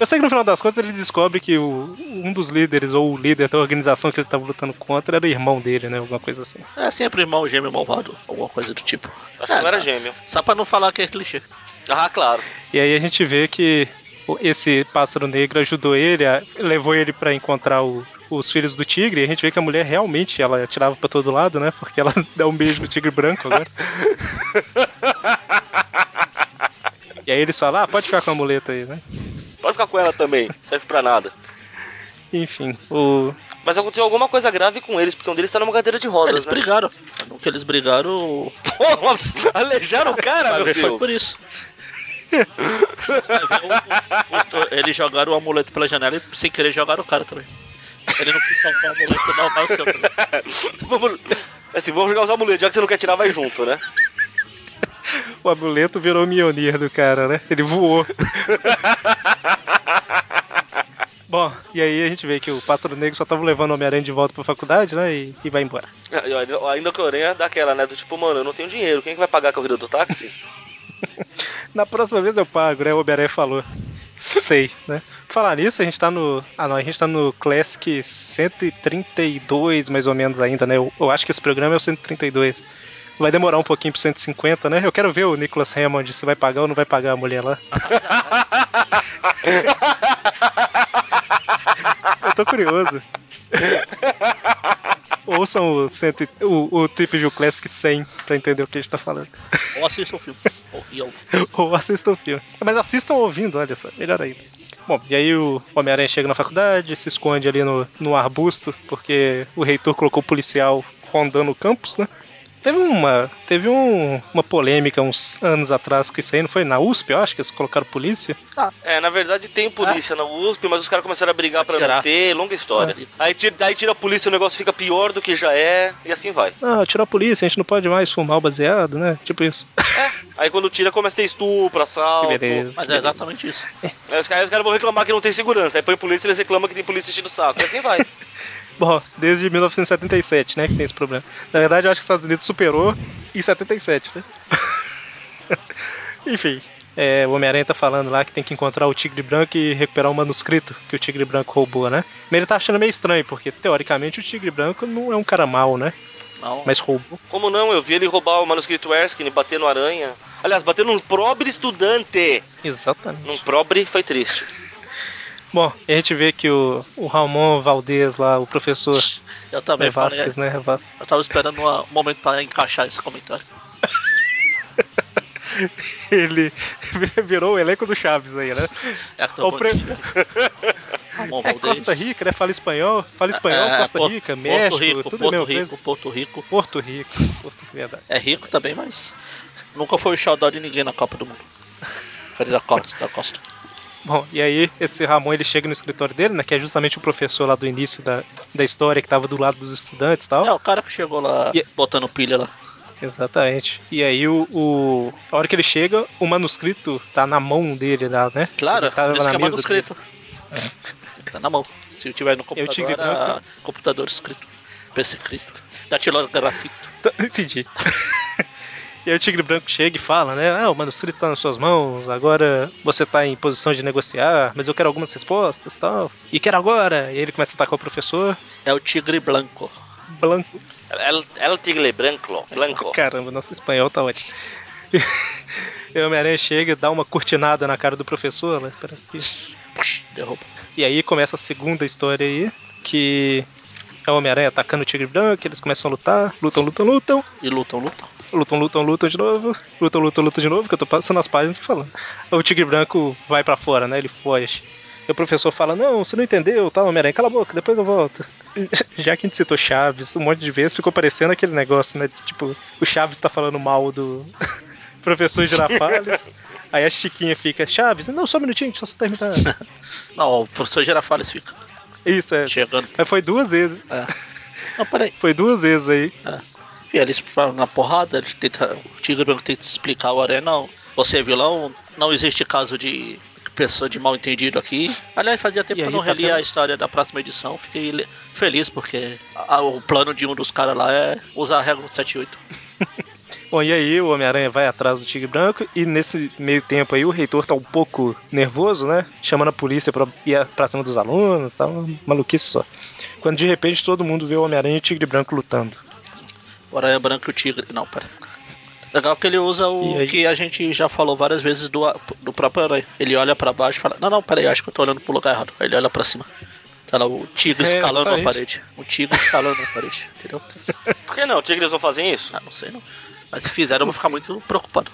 S1: Eu sei que no final das contas ele descobre que o- um dos líderes, ou o líder da organização que ele estava lutando contra, era o irmão dele, né? Alguma coisa assim.
S2: É sempre irmão gêmeo malvado, alguma coisa do tipo.
S3: Acho que não
S2: É,
S1: Ah,
S3: era
S2: tá.
S3: gêmeo.
S2: Só pra não falar que é clichê.
S3: Ah, claro.
S1: E aí a gente vê que o- esse pássaro negro ajudou ele, a- levou ele pra encontrar o- os filhos do tigre, e a gente vê que a mulher realmente ela atirava pra todo lado, né? Porque ela dá um beijo no tigre branco agora. E aí eles falam, ah, pode ficar com a muleta aí, né?
S3: Pode ficar com ela também. Serve pra nada.
S1: Enfim, o.
S3: Mas aconteceu alguma coisa grave com eles, porque um deles tá numa cadeira de
S2: Eles
S3: rodas, né?
S2: brigaram. No que eles brigaram,
S3: Pô, alejaram o cara, meu
S2: Mas foi
S3: Deus.
S2: por isso. O- o- Eles jogaram o amuleto pela janela e sem querer jogaram o cara também. Ele não quis soltar o amuleto normal seu. também.
S3: Vamos, assim, vamos jogar os amuletos, já que você não quer tirar, vai junto, né?
S1: O amuleto virou o Mionir do cara, né? Ele voou. Bom, e aí a gente vê que o pássaro negro só tava levando o Homem-Aranha de volta pra faculdade, né? E, e vai embora.
S3: É, E ainda- Ainda que a orelha daquela, né? Do tipo, mano, eu não tenho dinheiro, quem que vai pagar a corrida do táxi?
S1: Na próxima vez eu pago, né? O Homem-Aranha falou. Sei, né? Falar nisso, a gente tá no. Ah não, a gente tá no Classic 132, mais ou menos ainda, né? Eu, eu acho que esse programa é o 132. Vai demorar um pouquinho pro 150, né? Eu quero ver o Nicholas Hammond se vai pagar ou não vai pagar a mulher lá. eu tô curioso. Ouçam o, cento, e- o, o Trip View Classic 100 pra entender o que a gente tá falando.
S2: Ou assista o filme. Ou- e eu-
S1: Ou assistam o filme. Mas assistam ouvindo, olha só, melhor ainda. Bom, e aí o Homem-Aranha chega na faculdade, se esconde ali no, no arbusto, porque o reitor colocou o policial rondando o campus, né? Teve uma, teve um- uma polêmica uns anos atrás com isso aí, não foi? Na USP, eu acho que eles colocaram polícia.
S3: É, na verdade tem polícia na USP, mas os caras começaram a brigar pra
S2: Tirar.
S3: não ter, longa história. Aí, tira, aí tira a polícia, o negócio fica pior do que já é, e assim vai.
S1: Ah, tirou a polícia, a gente não pode mais fumar o baseado, né? Tipo isso.
S3: Aí quando tira, começa a ter estupro, assalto.
S1: Que beleza.
S2: Mas é exatamente isso.
S3: Aí os caras, os caras vão reclamar que não tem segurança. Aí põe polícia, eles reclamam que tem polícia enchendo o saco. E assim vai.
S1: Bom, desde 1977, né, que tem esse problema. Na verdade, eu acho que os Estados Unidos superou em 77, né? Enfim, é, o Homem-Aranha tá falando lá que tem que encontrar o Tigre Branco e recuperar o manuscrito que o Tigre Branco roubou, né? Mas ele tá achando meio estranho, porque teoricamente o Tigre Branco não é um cara mau, né?
S2: Não.
S1: Mas roubou.
S3: Como não? Eu vi ele roubar o manuscrito Erskine, bater no aranha. Aliás, bater num pobre estudante.
S1: Exatamente.
S3: Num pobre foi triste.
S1: Bom, a gente vê que o, o Ramon Valdez lá, o professor
S2: Eu também falei.
S1: Vasquez, né? Vasquez.
S2: Eu tava esperando uma- um momento pra encaixar esse comentário.
S1: Ele virou o elenco do Chaves aí, né?
S2: Hector
S1: O pre-
S2: Bonilha, Ramon
S1: É
S2: Valdez.
S1: Costa Rica, né? Fala espanhol, fala espanhol,
S2: É,
S1: Costa
S2: Porto-
S1: Rica, México,
S2: Porto Rico,
S1: tudo é a
S2: Porto
S1: mesma
S2: Rico,
S1: coisa.
S2: Porto Rico.
S1: Porto Rico, Porto verdade.
S2: É rico também, mas nunca foi o xodó de ninguém na Copa do Mundo. Foi da Costa. Da Costa.
S1: Bom, e aí esse Ramon ele chega no escritório dele, né? Que é justamente o professor lá do início da, da história que tava do lado dos estudantes e tal.
S2: É, o cara que chegou lá
S1: E-
S2: botando pilha lá.
S1: Exatamente. E aí o, o- a hora que ele chega, o manuscrito tá na mão dele lá, né?
S2: Claro,
S1: ele tava
S2: isso
S1: na
S2: que é
S1: mesa
S2: manuscrito. Tá na mão. Se tiver no computador,
S1: te ligo,
S2: era
S1: cara.
S2: computador escrito. PC escrito. Datilografito.
S1: Tá, Entendi. E aí o Tigre Branco chega e fala, né? Ah, o manuscrito tá nas suas mãos, agora você tá em posição de negociar, mas eu quero algumas respostas e tal. E quero agora! E aí ele começa a atacar o professor.
S2: É o tigre branco.
S1: Blanco.
S3: El, el Tigre Branco. Blanco.
S1: Caramba, nosso espanhol tá ótimo. E o Homem-Aranha chega, dá uma cortinada na cara do professor, né? Parece que.
S2: Puxa, Derruba.
S1: E aí começa a segunda história aí, que é o Homem-Aranha atacando o Tigre Branco, eles começam a lutar, lutam, lutam, lutam.
S2: E lutam, lutam.
S1: Lutam, lutam, lutam de novo. Lutam, lutam, lutam de novo, que eu tô passando as páginas e tô falando. O Tigre Branco vai pra fora, né? Ele foge. E o professor fala: Não, você não entendeu, tá, Homem-Aranha? Cala a boca, depois eu volto. Já que a gente citou Chaves um monte de vezes, ficou parecendo aquele negócio, né? Tipo, o Chaves tá falando mal do professor Girafales. Aí a Chiquinha fica: Chaves, não, só um minutinho, só você terminar.
S2: Não, o professor Girafales fica
S1: Isso, é.
S2: chegando.
S1: Mas foi duas vezes.
S2: É. Não, peraí.
S1: Foi duas vezes aí.
S2: E eles falam na porrada, eles tentam, o Tigre Branco tenta explicar o Aranha, não, você é vilão, não existe caso de pessoa de mal entendido aqui. Aliás, fazia tempo
S1: E
S2: que eu
S1: aí
S2: não
S1: tá
S2: relia
S1: tendo-
S2: a história da próxima edição, fiquei le- feliz porque a- o plano de um dos caras lá é usar a regra do 78.
S1: Bom, e aí o Homem-Aranha vai atrás do Tigre Branco e nesse meio tempo aí o reitor tá um pouco nervoso, né? Chamando a polícia pra ir pra cima dos alunos, tá uma maluquice só. Quando de repente todo mundo vê o Homem-Aranha e o Tigre Branco lutando.
S2: O Aranha Branco e o Tigre. Não, pera. Legal que ele usa
S1: E
S2: o
S1: aí?
S2: que a gente já falou várias vezes do, a- do próprio Aranha. Ele olha pra baixo e fala: Não, não, peraí, acho que eu tô olhando pro lugar errado. Aí ele olha pra cima. Tá lá o tigre
S1: É,
S2: escalando a
S1: exatamente.
S2: parede. O tigre escalando a parede, entendeu?
S3: Por que não? Tigres não fazem isso?
S2: Ah, não sei não. Mas se fizeram, eu vou ficar muito preocupado.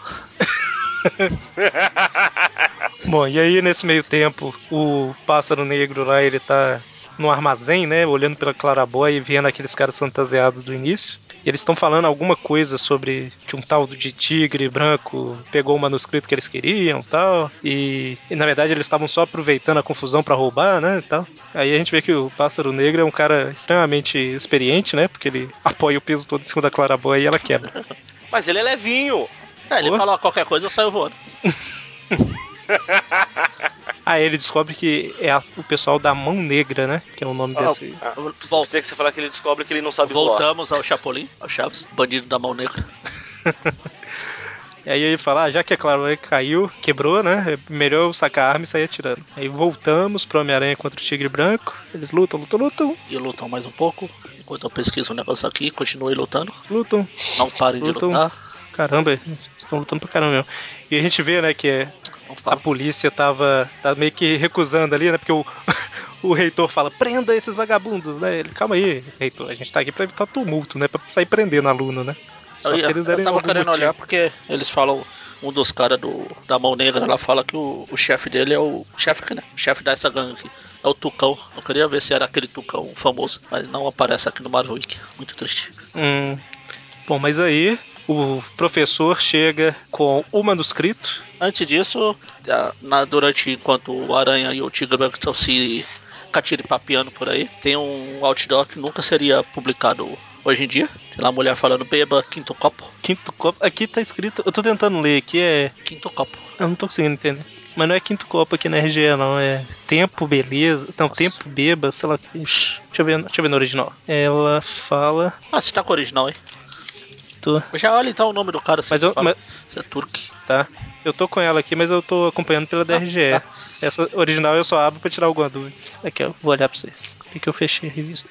S1: Bom, e aí nesse meio tempo o pássaro negro lá ele tá no armazém, né? Olhando pela claraboia e vendo aqueles caras fantasiados do início. E eles estão falando alguma coisa sobre que um tal de tigre branco pegou o manuscrito que eles queriam tal. E, e, na verdade eles estavam só aproveitando a confusão pra roubar, né? e Tal. Aí a gente vê que o pássaro negro é um cara extremamente experiente, né? Porque ele apoia o peso todo em cima da claraboia e ela quebra.
S3: Mas ele é levinho.
S2: É, ele
S1: Boa.
S2: fala qualquer coisa, eu saio voando.
S1: Aí ele descobre que é a- o pessoal da Mão Negra, né? Que é o nome desse.
S3: Ah,
S2: Eu-
S3: Bom,
S2: vol-
S3: sei que você falar que ele descobre que ele não
S2: Tá
S3: sabe voar.
S2: Voltamos ao Chapolin, ao Chaves, bandido da mão negra.
S1: E aí ele fala, ah, já que a claraboia caiu, quebrou, né? É melhor eu sacar a arma e sair atirando. Aí voltamos pro Homem-Aranha contra o Tigre Branco. Eles lutam, lutam, lutam,
S2: E lutam mais um pouco. Enquanto eu pesquiso um negócio aqui, continuem lutando.
S1: lutam.
S2: Não parem de
S1: Lutam.
S2: lutar.
S1: Caramba, eles estão lutando pra caramba mesmo. E a gente vê, né, que é-
S2: Não
S1: a
S2: falam.
S1: polícia tava, tava meio que recusando ali, né? Porque o, o reitor fala, prenda esses vagabundos, né? Ele, calma aí, reitor, a gente tá aqui pra evitar tumulto, né? Pra sair prendendo aluno, né? Só
S2: eu,
S1: se
S2: ia-
S1: eles
S2: eu
S1: derem
S2: tava
S1: algum
S2: querendo
S1: motivo.
S2: olhar porque eles falam, um dos caras do- da mão negra lá fala que o, o chefe dele é o. o chefe aqui, né? O chefe dessa gangue aqui. É o Tucão. Eu queria ver se era aquele Tucão famoso, mas não aparece aqui no Marvel Wiki. Muito triste.
S1: Hum. Bom, mas aí o professor chega com o manuscrito.
S2: Antes disso, a- na- durante enquanto o Aranha e o Tigre Branco estão se catiripapeando por aí, tem um outdoor que nunca seria publicado hoje em dia. Tem lá a mulher falando beba quinto copo.
S1: Quinto copo. Aqui tá escrito. Eu tô tentando ler aqui, é.
S2: Quinto copo.
S1: Eu não tô conseguindo entender. Mas não é quinto copo aqui na RGE, não. É tempo, beleza. Não,
S2: Nossa.
S1: tempo, beba, sei lá. o que. Deixa eu, ver, deixa eu ver no original. Ela fala.
S2: Ah, você tá com o original, hein?
S1: Tô,
S2: Já olha então o nome do cara, se
S1: Mas eu-
S2: fala.
S1: mas-
S2: Você é Turk.
S1: tá. Eu tô com ela aqui, mas eu tô acompanhando pela da RGE. Essa original eu só abro pra tirar alguma dúvida. Aqui, ó. Vou olhar pra você. Por que que eu fechei a revista?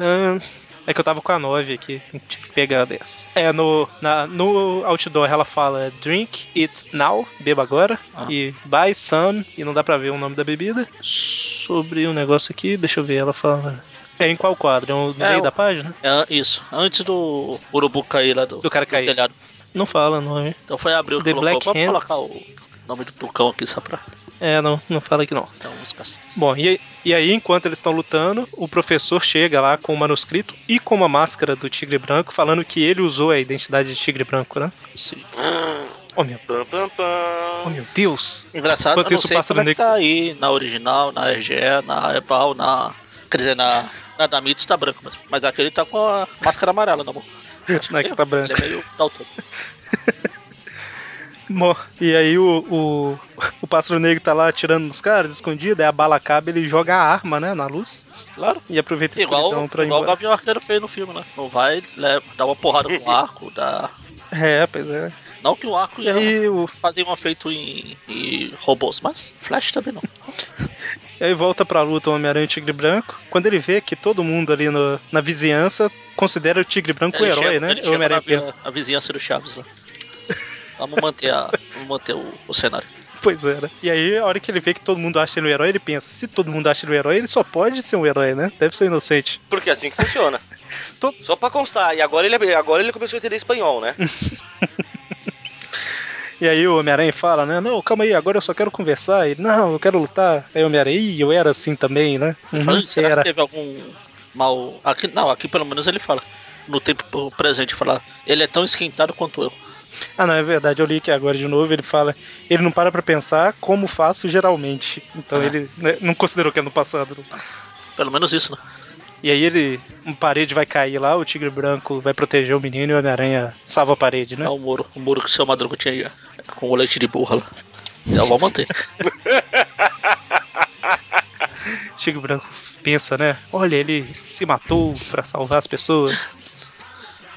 S1: Ah, é que eu tava com a 9 aqui. então Tive que pegar a 10. É, no, na, no outdoor ela fala drink it now, beba agora.
S2: Ah.
S1: E buy some, e não dá pra ver o nome da bebida. Sobre o negócio aqui, deixa eu ver. Ela fala. É em qual quadro? É no
S2: É,
S1: meio
S2: o-
S1: da página?
S2: É an- isso, antes do urubu cair lá do,
S1: Do cara cair.
S2: telhado.
S1: Não fala o nome.
S2: Então foi abrir o
S1: The
S2: colocou,
S1: Black
S2: vamos
S1: Hands.
S2: colocar o nome do Tucão aqui só pra
S1: É, não, não fala aqui não.
S2: dar uma escassez.
S1: Bom, e, e aí, enquanto eles estão lutando, o professor chega lá com o manuscrito e com uma máscara do tigre branco, falando que ele usou a identidade de tigre branco, né?
S2: Sim.
S1: Oh meu,
S3: Pam, pam,
S1: oh,
S3: pam.
S1: meu Deus!
S2: Engraçado,
S1: Enquanto
S2: eu não
S1: isso, o
S2: sei
S1: pássaro
S2: como é que
S1: negro-
S2: tá aí na original, na RGE, na Ebal, na. Quer dizer, na, na da Mitos tá branco mesmo. Mas aquele tá com a
S1: é
S2: máscara amarela na mão.
S1: Não, aqui tá branco.
S2: Ele é meio daltônico.
S1: Mo- E aí o, o, o pássaro negro tá lá atirando nos caras, escondido, aí a bala acaba, ele joga a arma, né, na luz,
S2: Claro.
S1: e aproveita o
S2: Igual,
S1: espiritão pra ir
S2: igual o
S1: embora.
S2: Gavião Arqueiro fez no filme, né? Não vai, leva, dá uma porrada com o arco, dá.
S1: É, pois é.
S2: Não que o arco
S1: E
S2: ia
S1: aí, o,
S2: fazer um efeito em, em robôs, mas Flash também não.
S1: e aí volta pra luta o Homem-Aranha e o Tigre Branco, quando ele vê que todo mundo ali no- na vizinhança considera o Tigre Branco o herói,
S2: chega-
S1: né?
S2: ele
S1: o
S2: chega na
S1: Homem-Aranha
S2: vi-
S1: pensa,
S2: a vizinhança do Chaves lá. Vamos manter, a, vamos manter o, o cenário.
S1: Pois é, né? E aí, a hora que ele vê que todo mundo acha ele um herói, ele pensa, se todo mundo acha ele um herói, ele só pode ser um herói, né? Deve ser inocente.
S3: Porque é assim que funciona.
S1: Tô-
S3: Só pra constar, e agora ele, é- agora ele começou a entender espanhol, né?
S1: E aí o Homem-Aranha fala, né? Não, calma aí, agora eu só quero conversar. Ele, não, eu quero lutar. Aí o Homem-Aranha, "Ih, eu era assim também, né?
S2: Ele
S1: Uhum,
S2: fala, será
S1: era.
S2: que é- teve algum mal. Aqui, não, aqui pelo menos ele fala. No tempo presente, fala. Ele é tão esquentado quanto eu.
S1: Ah, não, é verdade, eu li aqui agora de novo, ele fala, ele não para pra pensar como faço geralmente. Então
S2: Ah.
S1: ele né, não considerou que é no passado. não.
S2: Pelo menos isso, né?
S1: E aí ele, uma parede vai cair lá, o tigre branco vai proteger o menino e o Homem-Aranha salva a parede, né?
S2: É o muro. O muro que o seu madruga tinha aí, ó, com o leite de burra lá. Eu vou manter.
S1: Tigre branco pensa, né? Olha, ele se matou pra salvar as pessoas.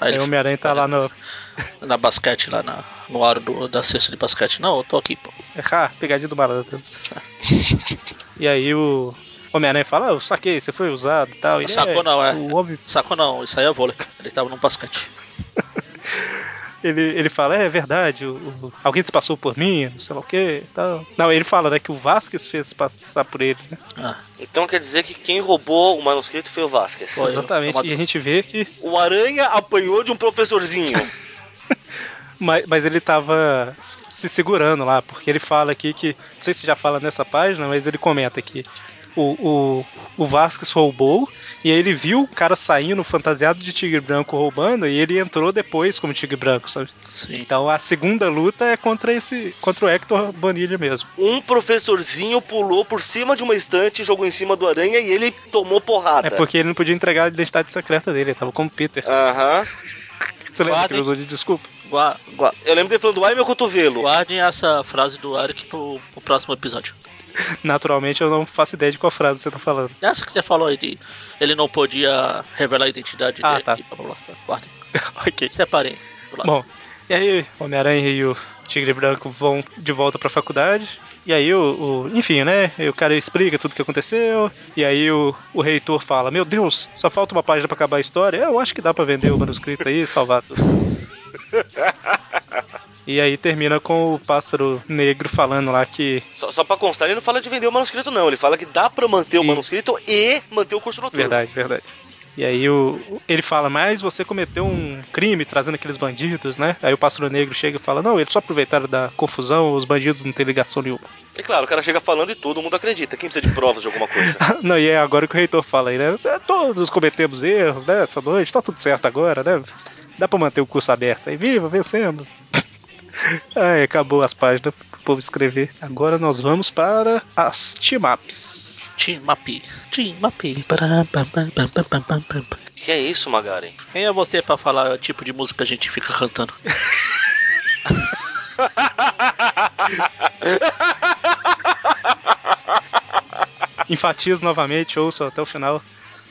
S2: Aí
S1: Aí o
S2: ele
S1: Homem-Aranha tá lá no.
S2: na basquete lá, na, no aro do- da cesta de basquete. Não, eu tô aqui, pô.
S1: Ah, pegadinha do malandro. E aí o Homem-Aranha fala: ah, Eu saquei, você foi usado e tal. E
S2: Sacou não, é.
S1: O homem,
S2: Sacou não, isso aí é vôlei. Ele tava num basquete.
S1: ele, ele fala: É verdade, o- o- alguém se passou por mim, não sei lá o que tal. Não, ele fala né, que o Vasquez fez se passar por ele, né?
S2: Ah,
S3: Então quer dizer que quem roubou o manuscrito foi o Vasquez.
S2: Foi.
S1: Exatamente.
S2: chamado-
S1: E a gente vê que.
S3: O Aranha apanhou de um professorzinho.
S1: Mas, mas ele tava se segurando lá, porque ele fala aqui que. Não sei se já fala nessa página, mas ele comenta aqui. O, o, o Vasquez roubou, e aí ele viu o cara saindo um fantasiado de tigre branco roubando, e ele entrou depois como tigre branco, sabe?
S2: sim.
S1: Então a segunda luta é contra esse. contra o Hector Bonilha mesmo.
S3: um professorzinho pulou por cima de uma estante, jogou em cima do Aranha e ele tomou porrada.
S1: É porque ele não podia entregar a identidade secreta dele, ele tava como Peter.
S3: Aham.
S1: Você lembra que
S2: guarda,
S1: ele usou de desculpa?
S2: Gua- gua-
S3: Eu lembro dele falando, ai meu cotovelo.
S2: guardem essa frase do Eric pro, pro próximo episódio.
S1: Naturalmente eu não faço ideia de qual frase você tá falando.
S2: Essa que você falou aí de ele não podia revelar a identidade
S1: Ah,
S2: dele.
S1: tá.
S2: blá, blá, blá. Guardem.
S1: ok.
S2: Separem. do lado.
S1: Bom, e aí Homem-Aranha e o Tigre Branco vão de volta pra faculdade. E aí o, o- Enfim, né? e O cara explica tudo o que aconteceu. E aí o, o reitor fala: Meu Deus, só falta uma página pra acabar a história. Eu acho que dá pra vender o manuscrito aí e salvar tudo. E aí termina com o pássaro negro falando lá que.
S3: Só, só pra constar, ele não fala de vender o manuscrito, não. Ele fala que dá pra manter o
S1: Isso.
S3: manuscrito e manter o curso noturno.
S1: Verdade, verdade. E aí o, ele fala, mas você cometeu um crime trazendo aqueles bandidos, né? Aí o pássaro negro chega e fala, não, eles só aproveitaram da confusão, os bandidos não têm ligação nenhuma.
S3: E claro, o cara chega falando e todo mundo acredita. Quem precisa de provas de alguma coisa?
S1: Não, e é agora que o reitor fala aí, né? É, Todos cometemos erros, né? Essa noite, tá tudo certo agora, né? Dá pra manter o curso aberto aí. Viva, vencemos! Ai, acabou as páginas pro povo escrever. Agora nós vamos para as team-ups.
S2: Team Map. Team Map. Param, pam, pam, pam, pam, pam, pam, pam, pam.
S3: que é isso, Magaren?
S2: Quem é você pra falar o tipo de música que a gente fica cantando?
S1: Enfatizo novamente, ouça até o final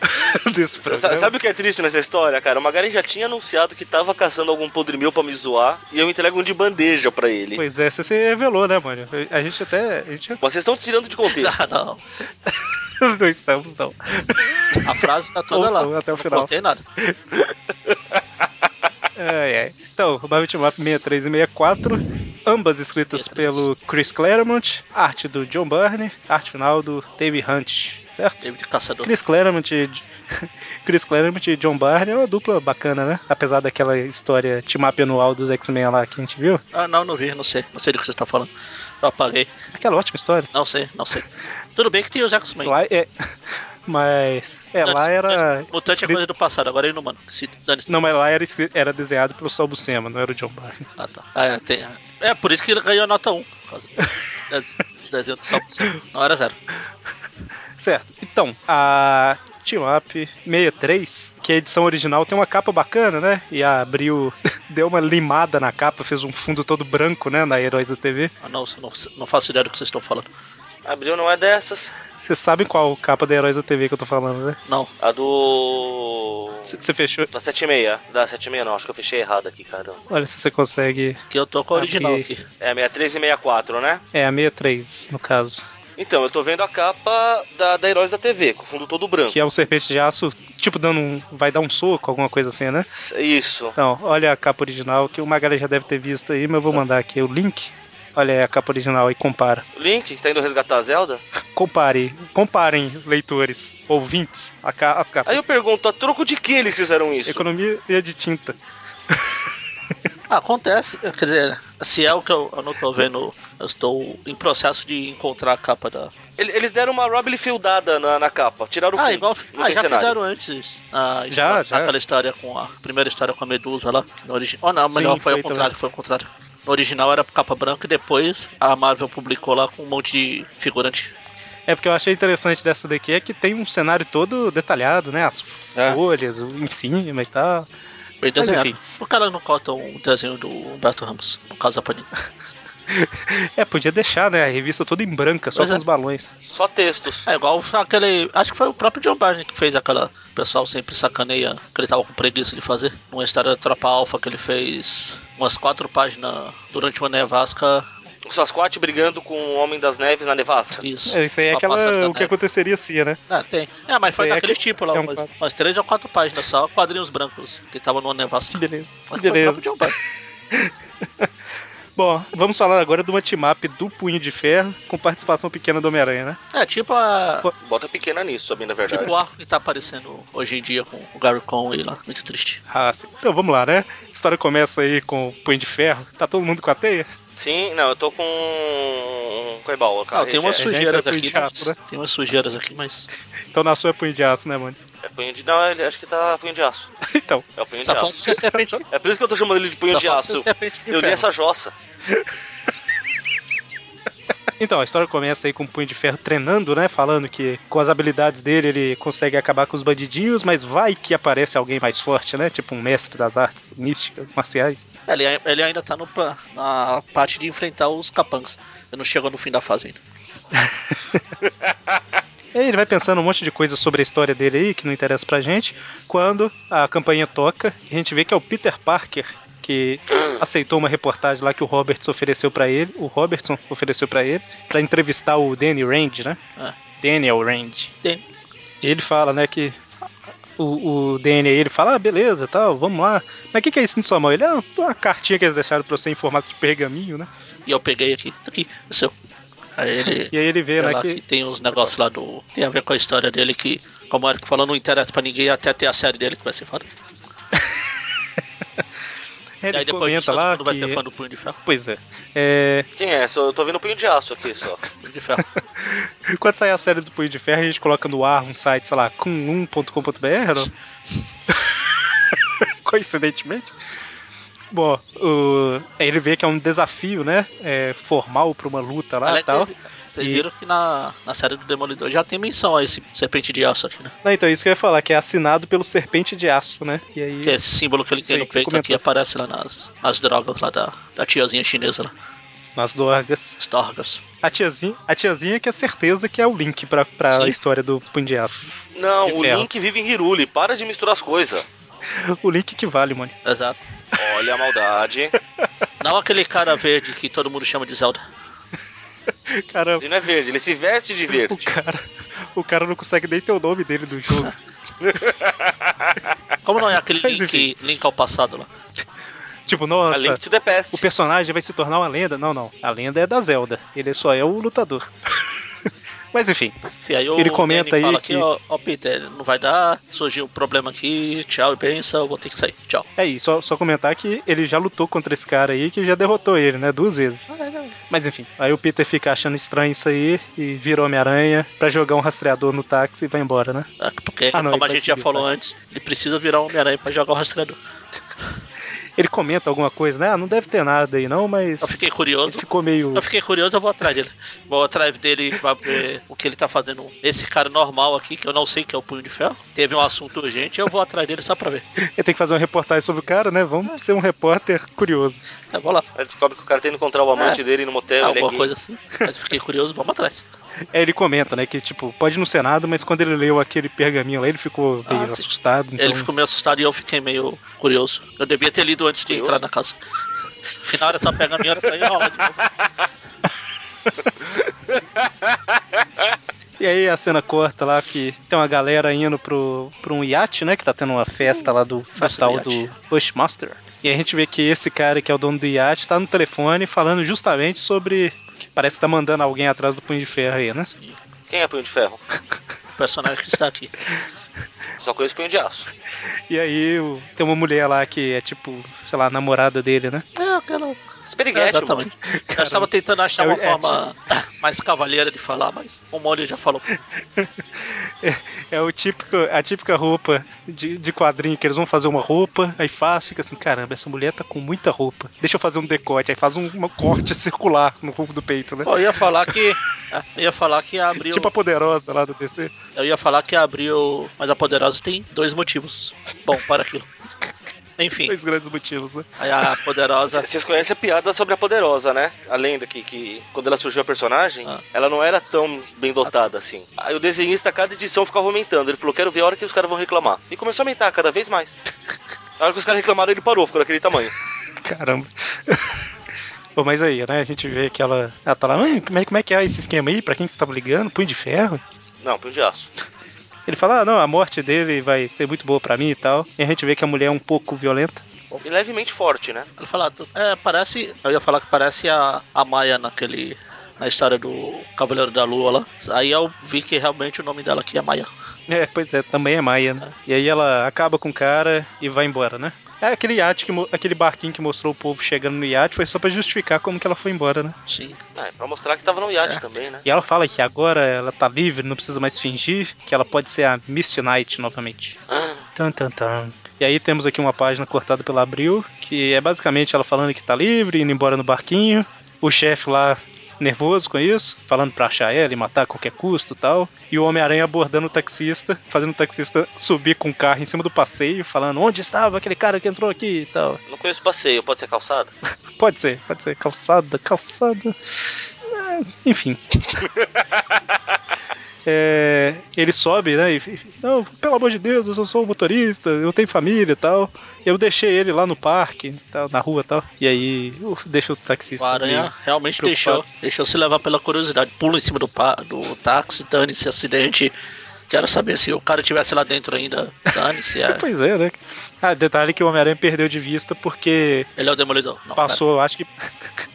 S1: desse
S3: Sa-
S1: programa.
S3: sa- Sabe o que é triste nessa história, cara? O Magaren já tinha anunciado que tava caçando algum podremil pra me zoar e eu entrego um de bandeja pra ele.
S1: Pois é, você se revelou, né, mano? A gente até. A gente
S3: Mas vocês estão tirando de contexto.
S2: Ah, não.
S1: não estamos, não.
S2: A frase tá toda
S1: Ouçam
S2: lá.
S1: até o
S2: não
S1: final.
S2: contei nada.
S1: Ai, ai. Então, Marvel Team Up 63 e 64, ambas escritas
S2: 63.
S1: pelo Chris Claremont, arte do John Byrne, arte final do Dave Hunt, certo?
S2: David Caçador.
S1: Chris Claremont, e- Chris Claremont e John Byrne é uma dupla bacana, né? Apesar daquela história team up anual dos X-Men lá que a gente viu.
S2: Ah, não, não vi, não sei. Não sei do que você tá falando. Eu apaguei.
S1: Aquela ótima história.
S2: Não sei, não sei. Tudo bem que tem os X-Men.
S1: Lá é. Mas. É,
S2: Não,
S1: lá era.
S2: Mutante, mutante é
S1: escrito-
S2: coisa do passado, agora ele não, mano. Se dane -se.
S1: Não, mas lá era, escrito- era desenhado pelo Sal Buscema, não era o John Byrne.
S2: Ah, tá. Ah, é, tem- é, por isso que ele ganhou a nota 1. por causa dos desenhos do Salmo Céu. Não era zero.
S1: Certo. Então, a Team Up 63, que a edição original tem uma capa bacana, né? E a Abril deu uma limada na capa, fez um fundo todo branco, né? Na Heróis da TV.
S2: Ah, não, não, não faço ideia do que vocês estão falando.
S3: Abril não é dessas.
S1: Vocês sabem qual capa da Heróis da TV que eu tô falando, né?
S2: Não.
S3: A do.
S1: Você fechou.
S3: Da 76. Da 76 não, acho que eu fechei errado aqui, cara.
S1: Olha se você consegue.
S2: Que eu tô com a
S1: Aqui.
S2: original aqui.
S3: É a 63 e 64, né?
S1: É, a 63, no caso.
S3: Então, eu tô vendo a capa da, da Heróis da TV, com o fundo todo branco.
S1: Que é o serpente de aço, tipo, dando um. Vai dar um soco, alguma coisa assim, né?
S3: Isso.
S1: Então, olha a capa original, que o Magali já deve ter visto aí, mas eu vou mandar aqui o link. Olha aí a capa original e compara.
S3: Link, tá indo resgatar a Zelda?
S1: Compare, comparem, leitores, ouvintes, a ca- as capas.
S3: Aí eu pergunto, a troco de que eles fizeram isso?
S1: Economia de tinta.
S2: Ah, acontece. Quer dizer, se é o que eu, eu não tô vendo, eu estou em processo de encontrar a capa da.
S3: Ele- Eles deram uma Robbie fieldada na, na capa, tiraram o
S2: Ah,
S3: fundo.
S2: igual.
S3: Não
S2: Ah,
S3: tem
S2: já
S3: cenário.
S2: fizeram antes. Ah,
S1: Já,
S2: já,
S1: já.
S2: Aquela história com a primeira história com a Medusa lá. que No origi... Oh, não,
S1: Sim,
S2: melhor foi,
S1: foi
S2: ao contrário, foi ao contrário. No original era capa branca e depois a Marvel publicou lá com um monte de figurante.
S1: É porque eu achei interessante dessa daqui é que tem um cenário todo detalhado, né? As
S3: É.
S1: folhas, o em cima e tal.
S2: Bem
S1: Mas,
S2: desenhado.
S1: enfim.
S2: Por que ela não corta um desenho do Humberto Ramos? No caso da Panini.
S1: É, podia deixar, né? A revista toda em branca, só
S2: Pois
S1: com
S2: é.
S1: os balões.
S3: Só textos.
S2: É igual aquele. Acho que foi o próprio John Byrne que fez aquela. O pessoal sempre sacaneia que ele tava com preguiça de fazer. Uma história da Tropa Alpha que ele fez umas quatro páginas durante uma nevasca.
S3: O Sasquatch brigando com o Homem das Neves na nevasca.
S2: Isso.
S1: É, Isso aí é
S2: Uma passada
S1: aquela, o
S2: da
S1: que
S2: neve.
S1: aconteceria se, né?
S2: Ah, tem. É, mas foi
S1: Isso aí é
S2: daquele
S1: que-
S2: tipo lá,
S1: é um
S2: umas,
S1: quadro.
S2: umas três ou quatro páginas só, quadrinhos brancos, que tava numa nevasca.
S1: Beleza.
S2: Mas foi o
S1: Beleza.
S2: próprio John Byrne.
S1: Bom, vamos falar agora de uma team-up do Punho de Ferro com participação pequena do Homem-Aranha, né?
S2: É, tipo a.
S1: Pô, é
S3: Bota pequena nisso, a bem na verdade.
S2: Tipo o arco que tá aparecendo hoje em dia com o Gary Conway lá. Muito triste.
S1: Ah, sim. Então vamos lá, né? A história começa aí com o Punho de Ferro. Tá todo mundo com a teia?
S3: Sim, não, eu tô com. Com a Ibal, cara.
S2: Não, tem umas
S3: É,
S1: já
S2: sujeiras
S1: entra com
S2: aqui,
S1: inchaço,
S2: mas... Tem umas sujeiras aqui, mas.
S1: Então na sua é punho de aço, né, mano?
S3: é punho de. Não, ele- acho que tá punho de aço.
S1: Então,
S3: É o punho
S2: Só
S3: de
S2: falta
S3: aço.
S2: tá ser serpente.
S3: É por isso que eu tô chamando ele de punho
S2: só
S3: de
S2: falta ser
S3: aço.
S2: serpente de
S3: Eu li
S2: ferro.
S3: essa jossa.
S1: então a história começa aí com o Punho de Ferro treinando, né? Falando que com as habilidades dele ele consegue acabar com os bandidinhos, mas vai que aparece alguém mais forte, né? Tipo um mestre das artes místicas, marciais.
S2: Ele, ai- ele ainda tá no plan, na parte de enfrentar os capangas. Ele não chegou no fim da fase ainda.
S1: E aí ele vai pensando um monte de coisa sobre a história dele aí, que não interessa pra gente. Quando a campainha toca, a gente vê que é o Peter Parker que aceitou uma reportagem lá que o Roberts ofereceu pra ele, o Robertson ofereceu pra ele, pra entrevistar o Danny Rand, né?
S2: Ah.
S1: Daniel Rand.
S2: Tem-
S1: E ele fala, né, que o, o DNA, ele fala, ah, beleza, tal, vamos lá. Mas o que, que é isso na sua mão? Ele, ah, uma cartinha que eles deixaram pra você em formato de pergaminho, né?
S2: E eu peguei aqui. Tá aqui, é seu. Aí ele.
S1: E aí ele vê,
S2: Sei
S1: né,
S2: lá,
S1: que...
S2: que tem uns negócios lá do. Tem a ver com a história dele que, como o Eric falou, não interessa pra ninguém até ter a série dele que vai ser foda.
S1: Ele
S2: e aí depois
S1: comenta
S2: disso,
S1: lá
S2: todo mundo vai
S1: que...
S2: ser fã do Punho de Ferro.
S1: Pois é. É,
S3: Quem é? Só- Eu tô vendo punho de aço aqui só.
S2: Punho de Ferro.
S1: Quando sair a série do Punho de Ferro, a gente coloca no ar um site, sei lá, com1.com.br, não? Coincidentemente. Bom, o- aí ele vê que é um desafio, né? é, formal pra uma luta lá e
S2: Aliás,
S1: tal.
S2: vocês- vocês
S1: E-
S2: viram que na, na série do Demolidor já tem menção a esse serpente de aço aqui, né?
S1: Não, então isso que eu ia falar, que é assinado pelo Serpente de Aço, né? E aí.
S2: Que é esse símbolo que ele tem
S1: Sim,
S2: no
S1: que
S2: peito aqui
S1: comentou.
S2: aparece lá nas, nas drogas lá da, da tiazinha chinesa lá.
S1: Nas dorgas.
S2: As dorgas.
S1: A tiazinha, a tiazinha que é certeza que é o link pra, pra
S2: Sim.
S1: história do Punho de Aço.
S3: Não,
S1: Que
S3: o
S1: ferro.
S3: Link vive em Hiruli, para de misturar as coisas.
S1: O link que vale, mano.
S2: Exato.
S3: Olha a maldade.
S2: Não aquele cara verde que todo mundo chama de Zelda.
S1: Caramba.
S3: Ele não é verde, ele se veste de
S1: O
S3: verde.
S1: cara, o cara não consegue nem ter o nome dele do jogo.
S2: Como não é aquele
S1: Mas
S2: link, link ao passado lá?
S1: tipo,
S3: A
S1: nossa,
S3: Link to the Past.
S1: O personagem vai se tornar uma lenda? Não, não. A lenda é da Zelda. Ele só é o lutador. Mas enfim,
S2: Fih, aí o
S1: Ele comenta
S2: Danny
S1: aí
S2: fala
S1: que-
S2: aqui, ó, ó, Peter, não vai dar, surgiu um problema aqui, tchau e pensa, eu vou ter que sair, tchau.
S1: é isso. Só, só comentar que ele já lutou contra esse cara aí que já derrotou ele, né? Duas vezes. Mas enfim, aí o Peter fica achando estranho isso aí e vira Homem-Aranha pra jogar um rastreador no táxi e vai embora, né?
S2: É, Porque,
S1: Ah, não, ele
S2: como a
S1: vai
S2: gente já
S1: seguir,
S2: falou
S1: vai.
S2: antes, ele precisa virar um Homem-Aranha pra jogar o rastreador.
S1: ele comenta alguma coisa, né? Ah, não deve ter nada aí não, mas.
S2: Eu fiquei
S1: Ele
S2: curioso.
S1: ficou meio.
S2: Eu fiquei curioso, eu vou atrás dele. Vou atrás dele pra ver o que ele tá fazendo. Esse cara normal aqui, que eu não sei que é o Punho de Ferro, teve um assunto urgente, eu vou atrás dele só pra ver.
S1: Ele tem que fazer uma reportagem sobre o cara, né? Vamos ser um repórter curioso.
S2: É, vou lá.
S3: Aí descobre que o cara tem indo encontrar o amante
S2: É.
S3: dele no motel, ele é
S2: Alguma
S3: gay.
S2: coisa assim. Mas eu fiquei curioso, vamos atrás.
S1: É, ele comenta, né? Que, tipo, pode não ser nada, mas quando ele leu aquele pergaminho lá, ele ficou meio
S2: Ah, sim.
S1: assustado. Então...
S2: Ele ficou meio assustado e eu fiquei meio curioso. Eu devia ter lido antes de
S3: Curioso?
S2: entrar na casa. Afinal, era só pegar a minha hora só enrolar de novo.
S1: E aí a cena corta lá que tem uma galera indo pro, pro um iate, né? Que tá tendo uma festa lá do
S2: festa
S1: tal
S2: do
S1: do
S2: iate.
S1: Bushmaster. E aí a gente vê que esse cara que é o dono do iate tá no telefone falando justamente sobre. que Parece que tá mandando alguém atrás do punho de ferro aí, né?
S2: Sim,
S3: Quem é punho de ferro?
S2: o personagem que está aqui.
S3: Só conheço punho de aço.
S1: E aí o- tem uma mulher lá que é tipo, sei lá, a namorada dele, né?
S2: É, aquela. É,
S3: Spiriguete, mano.
S2: exatamente. Eu estava tentando achar
S1: eu-
S2: uma
S1: é,
S2: forma mais cavalheira de falar, mas o Molly já falou.
S1: É, é o típico, a típica roupa de, de quadrinho que eles vão fazer uma roupa, aí faz, fica assim, caramba, essa mulher tá com muita roupa. Deixa eu fazer um decote, aí faz um, um corte circular no rumo do peito, né?
S2: Pô, eu ia falar que. É, Eu ia falar que abriu.
S1: Tipo a poderosa lá do DC.
S2: Eu ia falar que abriu. Mas a Poderosa tem dois motivos. Bom, para aquilo. Enfim,
S1: Dois grandes motivos, né?
S2: aí a Poderosa.
S3: C- Vocês conhecem a piada sobre a poderosa, né? A lenda que, que quando ela surgiu a personagem,
S2: Ah.
S3: ela não era tão bem dotada assim. Aí o desenhista, a cada edição, ficava aumentando. Ele falou: quero ver a hora que os caras vão reclamar. E começou a aumentar cada vez mais. A hora que os caras reclamaram, ele parou, ficou daquele tamanho.
S1: Caramba. Bom, mas aí, né? A gente vê que ela, ela tá lá, "Hum, como é, como é que é esse esquema aí? Pra quem que você tava ligando? Punho de ferro?
S3: Não, punho de aço.
S1: Ele fala, ah, não, a morte dele vai ser muito boa pra mim e tal. E a gente vê que a mulher é um pouco violenta.
S3: E levemente forte, né?
S2: Ela fala, ah, tu- é, parece. Eu ia falar que parece a, a Maia naquele. Na história do Cavaleiro da Lua lá. Aí eu vi que realmente o nome dela aqui é Maia.
S1: É, pois é, também é Maia, né? E aí ela acaba com o cara e vai embora, né? É aquele iate, que, mo- aquele barquinho que mostrou o povo chegando no iate foi só pra justificar como que ela foi embora, né?
S2: Sim.
S3: Ah, é pra mostrar que tava no iate também, né?
S1: E ela fala que agora ela tá livre, não precisa mais fingir, que ela pode ser a Misty Knight novamente.
S3: Ah,
S1: Tan, tan, tan. E aí temos aqui uma página cortada pela Abril, que é basicamente ela falando que tá livre, indo embora no barquinho. O chefe lá nervoso com isso, falando pra achar ela e matar a qualquer custo e tal. E o Homem-Aranha abordando o taxista, fazendo o taxista subir com o carro em cima do passeio, falando onde estava aquele cara que entrou aqui e tal.
S3: não conheço passeio, pode ser calçada?
S1: Pode ser, pode ser. Calçada, calçada. É, Enfim. É, ele sobe, né? E, e- não, pelo amor de Deus, eu só sou um motorista, eu tenho família e tal. Eu deixei ele lá no parque, tal, na rua e tal. E aí, uf, deixa o
S2: O
S1: taxista.
S2: Aranha
S1: meio-
S2: realmente
S1: preocupado.
S2: deixou, deixou se levar pela curiosidade. Pula em cima do, pa- do táxi, dane-se acidente. Quero saber se o cara estivesse lá dentro ainda. Dane-se. É.
S1: Pois é, né? Ah, detalhe que o Homem-Aranha perdeu de vista porque
S2: Ele é o demolidor. Não,
S1: passou, acho que.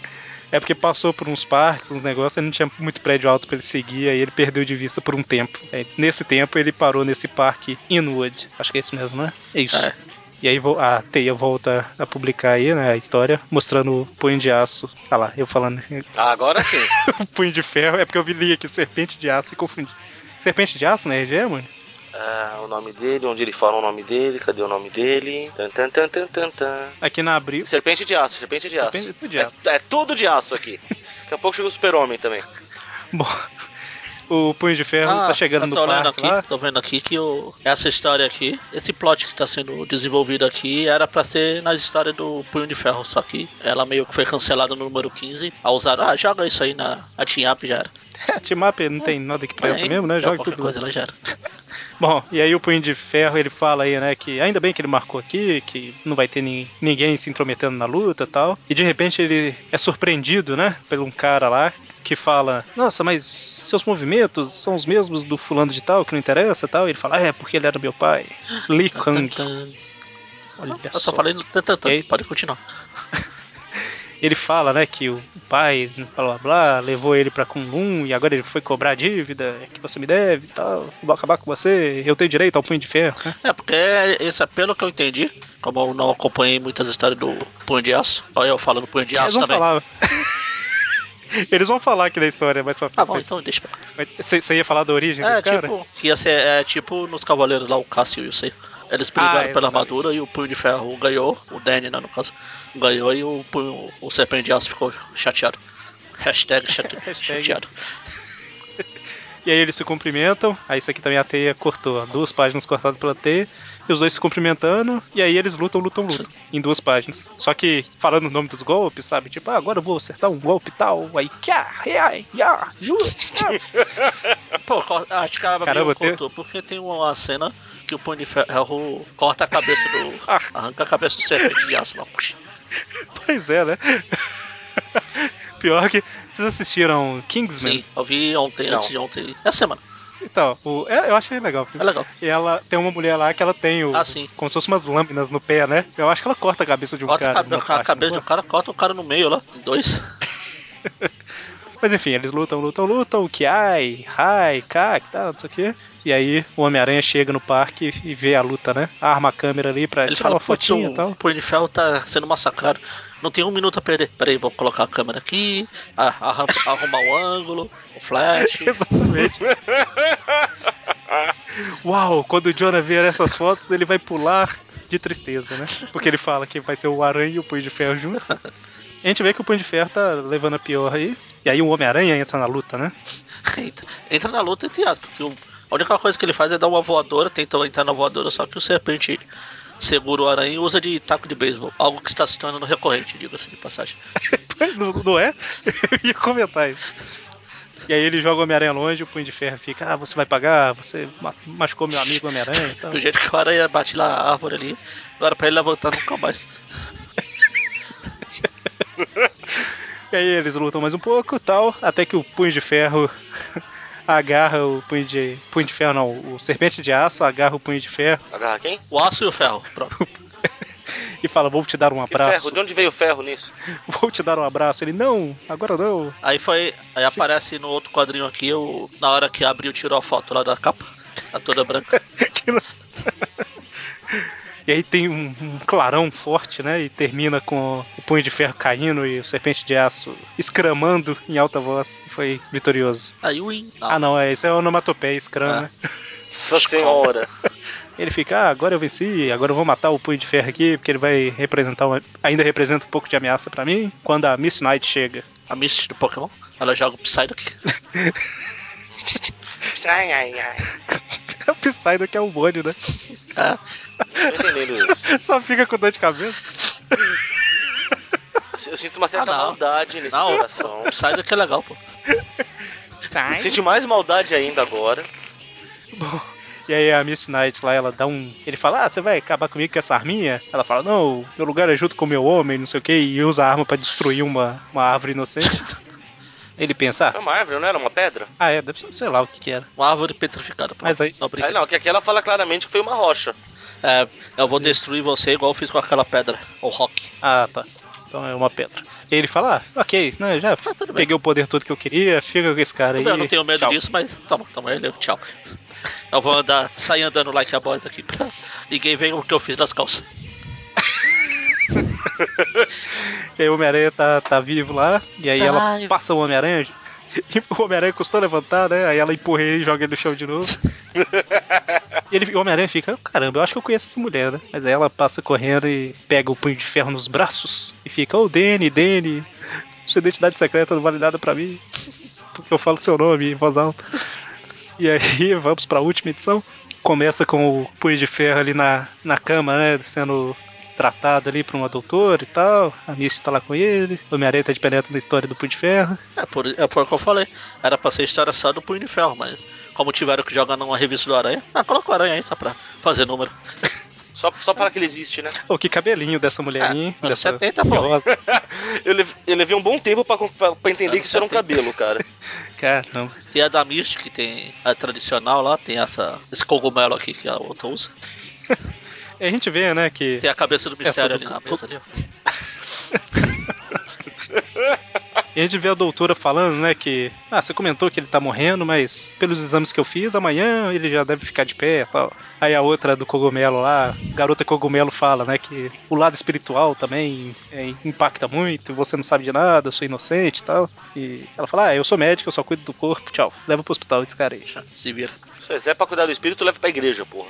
S1: É porque passou por uns parques, uns negócios, e não tinha muito prédio alto pra ele seguir, aí ele perdeu de vista por um tempo. Aí, nesse tempo ele parou nesse parque Inwood. Acho que é isso mesmo, né? É isso.
S2: É.
S1: E aí vo- a Teia volta a publicar aí, né, a história, mostrando o punho de aço. Ah lá, eu falando
S3: Ah, agora sim.
S1: o punho de ferro, é porque eu vi li aqui serpente de aço e confundi. Serpente de aço, né, RG, mano?
S3: Ah, o nome dele, onde ele fala o nome dele, cadê o nome dele? Tan, tan, tan, tan, tan, tan.
S1: Aqui na abril.
S3: Serpente de aço, serpente de aço.
S1: Serpente tudo de aço.
S3: É, é tudo de aço aqui. Daqui a pouco chega o super-homem também.
S1: Bom, o punho de ferro
S2: Ah,
S1: tá chegando
S2: eu
S1: no
S2: tô lendo
S1: parque
S2: aqui,
S1: lá.
S2: tô vendo aqui que o- essa história aqui, esse plot que tá sendo desenvolvido aqui era pra ser nas histórias do Punho de Ferro, só que ela meio que foi cancelada no número 15. A usaram, ah, joga isso aí na a Team Up já era.
S1: É, Timap não tem nada que presta
S2: Aí,
S1: mesmo, né? Joga
S2: qualquer
S1: tudo.
S2: coisa ela já era.
S1: Bom, e aí o Punho de Ferro ele fala aí, né, que ainda bem que ele marcou aqui, que não vai ter ni- ninguém se intrometendo na luta e tal. E de repente ele é surpreendido, né, por um cara lá que fala: Nossa, mas seus movimentos são os mesmos do fulano de tal, que não interessa e tal. E ele fala: "Ah, É, porque ele era meu pai. Lee Kang.
S2: Tan, tan, tan.
S1: Olha
S2: Eu
S1: só.
S2: só falei no tan, tan, tan.
S1: E aí?
S2: pode continuar.
S1: Ele fala, né, que o pai, blá blá blá, levou ele pra Kunlun e agora ele foi cobrar a dívida "É que você me deve e tal. Vou acabar com você, eu tenho direito ao punho de ferro, né?
S2: É, porque esse é pelo que eu entendi, como eu não acompanhei muitas histórias do Punho de Aço, olha eu falando Punho de
S1: Eles
S2: Aço
S1: vão
S2: também.
S1: É, falar. Eles vão falar aqui da história mais pra
S2: Ah,
S1: frente.
S2: bom, então deixa pra
S1: Mas Você você ia falar da origem
S2: É,
S1: desse cara?
S2: tipo, que ia ser, é tipo nos Cavaleiros lá, o Cássio e o C. Eles brigaram
S1: Ah,
S2: pela
S1: exatamente.
S2: armadura e o punho de ferro ganhou, o Danny, né, no caso, ganhou e o punho, o serpente de aço ficou chateado. Hashtag chate-
S1: Hashtag.
S2: chateado.
S1: E aí eles se cumprimentam. Aí isso aqui também a teia cortou. ó, Duas páginas cortadas pela teia. E os dois se cumprimentando. E aí eles lutam, lutam, lutam. Em duas páginas. Só que falando o nome dos golpes, sabe? Tipo, ah, agora eu vou acertar um golpe tal. Aí, kia, ia, ia, ju, ia.
S2: Pô, co- acho que a
S1: Caramba,
S2: Caramba,
S1: tem-
S2: contou, porque tem uma cena que o punho de ferro corta a cabeça do.
S1: Ah.
S2: arranca a cabeça do serpente de aço lá. Puxa.
S1: Pois é, né? Pior que vocês assistiram Kingsman?
S2: Sim, eu vi ontem,
S3: Não.
S2: antes de ontem. Essa semana.
S1: Então, o- é- eu achei legal.
S2: É legal.
S1: E ela tem uma mulher lá que ela tem o,
S2: Ah, sim.
S1: como se fosse umas lâminas no pé, né? Eu acho que ela corta a cabeça de um
S2: Corta a
S1: cara.
S2: cabe-
S1: numa
S2: a
S1: parte,
S2: cabeça
S1: não
S2: do cara, corta o cara no meio lá. em Dois.
S1: Mas enfim, eles lutam, lutam, lutam, o Kiai, Rai, Kak, tal, não sei o quê. E aí o Homem-Aranha chega no parque e vê a luta, né? Arma a câmera ali pra
S2: Ele
S1: tirar
S2: fala,
S1: uma
S2: putz, um o
S1: fotinha e tal.
S2: punho de ferro tá sendo massacrado. Não tem um minuto a perder. Peraí, vou colocar a câmera aqui, a- arram- arrumar o ângulo, o flash.
S1: Exatamente. Uau, quando o Jonah ver essas fotos, ele vai pular de tristeza, né? Porque ele fala que vai ser o Aranha e o Punho de Ferro juntos. né? A gente vê que o Punho de Ferro tá levando a pior aí. E aí o Homem-Aranha entra na luta, né?
S2: entra, entra na luta entre aspas, porque o- a única coisa que ele faz é dar uma voadora, tentam entrar na voadora, só que o serpente segura o aranha e usa de taco de beisebol, algo que está se tornando recorrente, diga-se de passagem.
S1: não, não é? Eu ia comentar isso. E aí ele joga o Homem-Aranha longe, o Punho de Ferro fica, ah, você vai pagar, você ma- machucou meu amigo Homem-Aranha e tal.
S2: Do jeito que o aranha bate lá na árvore ali, não era pra ele levantar nunca mais.
S1: E aí eles lutam mais um pouco tal, até que o Punho de Ferro agarra o Punho de... Punho de Ferro não, o Serpente de Aço agarra o Punho de Ferro
S3: Agarra quem?
S1: Um
S2: O aço e o ferro, pronto.
S1: e fala, vou te dar um
S3: Que
S1: abraço.
S3: ferro? De onde veio o ferro nisso?
S1: Vou te dar um abraço. Ele, não, agora não.
S2: Aí foi, aí aparece no outro quadrinho aqui, o, na hora que abriu, tirou a foto lá da capa, a toda branca.
S1: Que não- E aí tem um, um clarão forte, né? E termina com o punho de ferro caindo e o serpente de aço escramando em alta voz. Foi vitorioso.
S2: Aí o in,
S1: Ah, não, é, isso é onomatopeia, escrama.
S2: Ah.
S1: né?
S3: Nossa senhora.
S1: Ele fica, ah, agora eu venci, agora eu vou matar o punho de ferro aqui, porque ele vai representar, uma- ainda representa um pouco de ameaça pra mim. Quando a Miss Knight chega.
S2: a Misty do Pokémon, ela joga o Psyduck.
S3: Ai, ai, ai.
S1: A Psyduck que é o bonde, né?
S2: É,
S3: Não tô entendendo isso.
S1: Só fica com dor de cabeça.
S3: Eu sinto uma certa
S2: Ah, não.
S3: maldade nesse
S2: não,
S3: coração.
S2: o Psyduck é legal, pô.
S3: Eu Sinto mais maldade ainda agora.
S1: Bom, e aí a Miss Knight lá, ela dá um. Ele fala, ah, você vai acabar comigo com essa arminha? Ela fala, não, meu lugar é junto com o meu homem, não sei o que, e usa a arma pra destruir uma, uma árvore inocente. Ele pensa,
S3: É uma árvore, não era uma pedra?
S1: ah, é, deve ser, sei lá o que que era.
S2: Uma árvore petrificada, pô.
S1: Mas aí-
S2: Não,
S3: Ah,
S2: brinca.
S3: não, que aqui ela fala claramente que foi uma rocha.
S2: É, eu vou destruir você igual eu fiz com aquela pedra, o rock.
S1: Ah, tá. Então é uma pedra. E ele fala, ah, ok, né, já
S2: tudo bem.
S1: peguei o poder todo que eu queria, fica com esse cara aí.
S2: Eu não tenho medo
S1: tchau."
S2: disso, mas toma, toma ele, tchau. Eu vou andar, sair andando like a boy daqui pra ninguém ver o que eu fiz nas calças.
S1: E aí o Homem-Aranha tá, tá vivo lá, e aí ela
S2: Sai.
S1: passa o Homem-Aranha. e O Homem-Aranha custou levantar, né? Aí ela empurra ele e joga ele no chão de novo. e ele, o Homem-Aranha fica, caramba, eu acho que eu conheço essa mulher, né? Mas aí ela passa correndo e pega o punho de ferro nos braços e fica, ô Danny, Danny, sua identidade secreta não vale nada pra mim. Porque eu falo seu nome em voz alta. E aí, vamos pra última edição. Começa com o punho de ferro ali na, na cama, né? Sendo tratado ali por uma doutora e tal. A Miss tá lá com ele. O Homem-Aranha tá de penetra na história do punho de ferro.
S2: É por, é por que eu falei. Era pra ser história só do Punho de Ferro, mas como tiveram que jogar numa revista do Aranha, ah, coloca o Aranha aí só pra fazer número.
S3: Só, só para que ele existe, né?
S1: Oh, que cabelinho dessa mulherinha.
S2: Ah, anos
S1: dessa
S2: 70, pô.
S1: rosa.
S3: Eu, lev- eu levei um bom tempo pra, con- pra, pra entender
S2: Eu
S3: que isso era um
S2: não sabia.
S3: cabelo, cara.
S1: Caramba.
S2: Tem a da Mist, que tem a tradicional lá, tem essa, esse cogumelo aqui que a outra usa.
S1: E a gente vê, né, que
S2: Tem a cabeça do
S1: Essa do
S2: mistério ali na
S1: co-
S2: mesa ali, ó.
S1: E a gente vê a doutora falando, né, que. Ah, você comentou que ele tá morrendo, mas pelos exames que eu fiz, amanhã ele já deve ficar de pé e tal. Aí a outra do cogumelo lá, garota cogumelo, fala, né, que o lado espiritual também é, impacta muito, você não sabe de nada, eu sou inocente e tal. E ela fala, ah, eu sou médico, eu só cuido do corpo, tchau. Leva pro hospital esse cara aí.
S2: Já, Se vira.
S3: Se é pra cuidar do espírito, leva pra igreja, porra.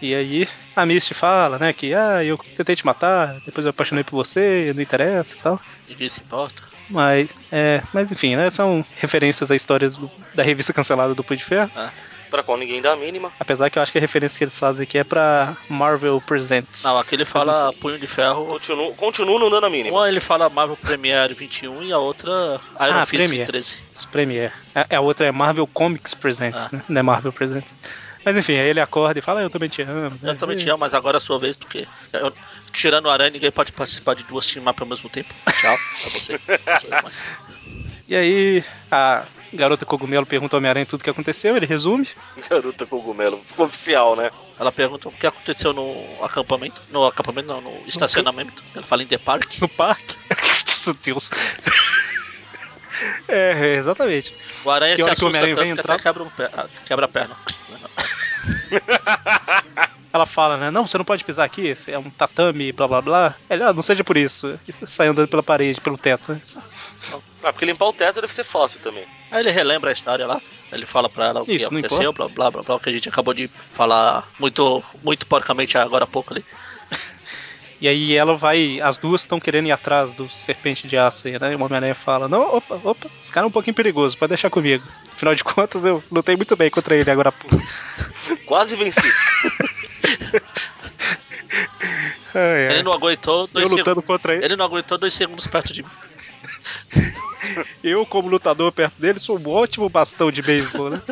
S1: E aí a Misty fala, né, que ah, eu tentei te matar, depois eu apaixonei por você, não interessa e tal.
S2: Ninguém se importa.
S1: Mas, é, mas enfim, né, são referências à história do- da revista cancelada do Punho de Ferro.
S3: Pra qual ninguém dá a mínima.
S1: Apesar que eu acho que a referência que eles fazem aqui é pra Marvel Presents.
S2: Não, aquele
S1: Eu não
S2: fala
S1: sei.
S2: punho de ferro.
S3: Continuo, continuo não dando a mínima.
S2: Uma ele fala Marvel Premiere 21 e a outra Iron
S1: Ah,
S2: Fist
S1: Premiere.
S2: 13.
S1: Os Premiere. A, a outra é Marvel Comics Presents,
S2: Ah.
S1: né? Não é Marvel Presents. Mas enfim, aí ele acorda e fala, "Ah, eu também te amo. né."
S2: Eu também te amo, mas agora é a sua vez, porque eu- tirando o Aranha, ninguém pode participar de duas team up ao mesmo tempo. Tchau, é você. Não sou eu mais.
S1: E aí a garota cogumelo pergunta ao Homem-Aranha tudo o que aconteceu, ele resume.
S3: Garota cogumelo. Ficou oficial, né?
S2: Ela pergunta o que aconteceu no acampamento. No acampamento, não, no estacionamento. Ela fala em The Park.
S1: no parque. Meu Deus. É, exatamente.
S2: O Aranha
S1: Que
S2: se
S1: hora que o
S2: assusta
S1: Homem-Aranha
S2: tanto
S1: vem
S2: que
S1: entrar?
S2: até quebra, um pé- ah, quebra a perna.
S1: Ela fala, né? Não, você não pode pisar aqui, isso é um tatame, blá blá blá. Ele, ah, não seja por isso. E sai andando pela parede, pelo teto. né?
S3: Ah, porque limpar o teto deve ser fácil também.
S2: Aí ele relembra a história lá. Ele fala pra ela o que
S1: Isso, não
S2: aconteceu, blá blá blá blá, o que a gente acabou de falar muito, muito porcamente agora há pouco ali.
S1: E aí ela vai, as duas estão querendo ir atrás do serpente de aço aí, né? E o Homem-Aranha fala: Não, opa, opa, esse cara é um pouquinho perigoso, pode deixar comigo. Afinal de contas, eu lutei muito bem contra ele agora há pouco.
S3: Quase venci.
S1: Ai, ai.
S2: Ele não aguentou
S1: É. Eu
S2: dois segundos.
S1: lutando contra ele,
S2: Ele não aguentou dois segundos perto de mim.
S1: eu como lutador perto dele sou um ótimo bastão de beisebol, né?